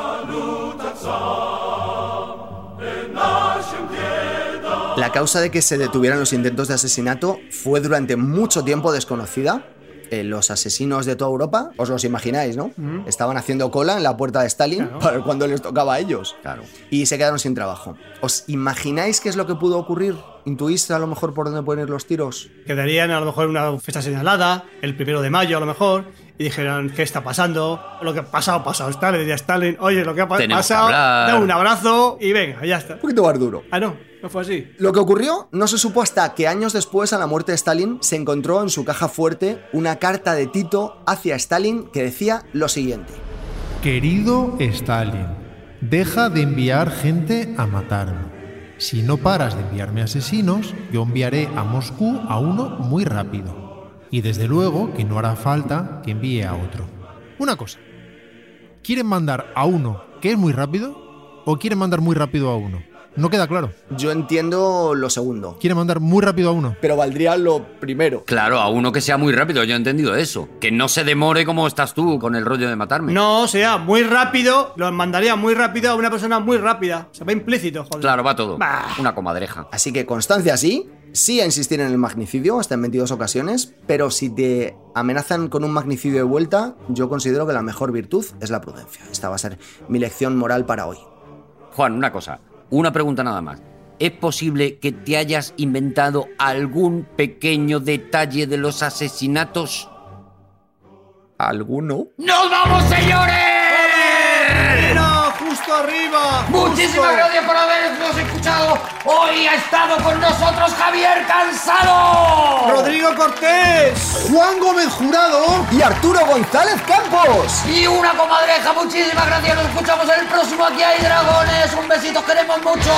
Speaker 2: La causa de que se detuvieran los intentos de asesinato fue durante mucho tiempo desconocida. Eh, los asesinos de toda Europa, os los imagináis, ¿no? Estaban haciendo cola en la puerta de Stalin
Speaker 4: Mm. Claro.
Speaker 2: para cuando les tocaba a ellos.
Speaker 3: Claro.
Speaker 2: Y se quedaron sin trabajo. ¿Os imagináis qué es lo que pudo ocurrir? ¿Intuís a lo mejor por dónde pueden ir los tiros?
Speaker 4: Quedarían a lo mejor una fecha señalada, el primero de mayo a lo mejor, y dijeron, ¿qué está pasando? Lo que ha pasado, pasado. Está, le diría Stalin, oye, lo que ha pa-
Speaker 3: Tenemos que
Speaker 4: pasado,
Speaker 3: hablar".
Speaker 4: da un abrazo y venga, ya está.
Speaker 2: Un poquito más duro.
Speaker 4: Ah, no, no fue así.
Speaker 2: Lo que ocurrió no se supo hasta que años después, a la muerte de Stalin, se encontró en su caja fuerte una carta de Tito hacia Stalin que decía lo siguiente.
Speaker 1: Querido Stalin, deja de enviar gente a matarme. Si no paras de enviarme asesinos, yo enviaré a Moscú a uno muy rápido. Y desde luego que no hará falta que envíe a otro. Una cosa, ¿quieren mandar a uno que es muy rápido o quieren mandar muy rápido a uno? No queda claro.
Speaker 2: Yo entiendo lo segundo,
Speaker 1: Quieren mandar muy rápido a uno.
Speaker 2: pero valdría lo primero.
Speaker 3: Claro, a uno que sea muy rápido, yo he entendido eso. Que no se demore como estás tú con el rollo de matarme.
Speaker 4: No, o sea, muy rápido, lo mandaría muy rápido a una persona muy rápida. Se va implícito, joder.
Speaker 3: Claro, va todo.
Speaker 4: Bah.
Speaker 3: Una comadreja.
Speaker 2: Así que constancia sí, sí a insistir en el magnicidio hasta en 22 ocasiones, pero si te amenazan con un magnicidio de vuelta, yo considero que la mejor virtud es la prudencia. Esta va a ser mi lección moral para hoy.
Speaker 3: Juan, una cosa. Una pregunta nada más. ¿Es posible que te hayas inventado algún pequeño detalle de los asesinatos?
Speaker 2: ¿Alguno?
Speaker 10: ¡Nos vamos, señores!
Speaker 4: ¡No, justo arriba!
Speaker 10: Muchísimas
Speaker 4: justo.
Speaker 10: gracias por habernos escuchado. Hoy ha estado con nosotros Javier Cansado.
Speaker 4: ¡Rodrigo Cortés!
Speaker 2: Juan Gómez Jurado y Arturo González Campos.
Speaker 10: Y una comadreja, muchísimas gracias. Nos escuchamos en el próximo Aquí hay dragones. Un besito, os queremos mucho.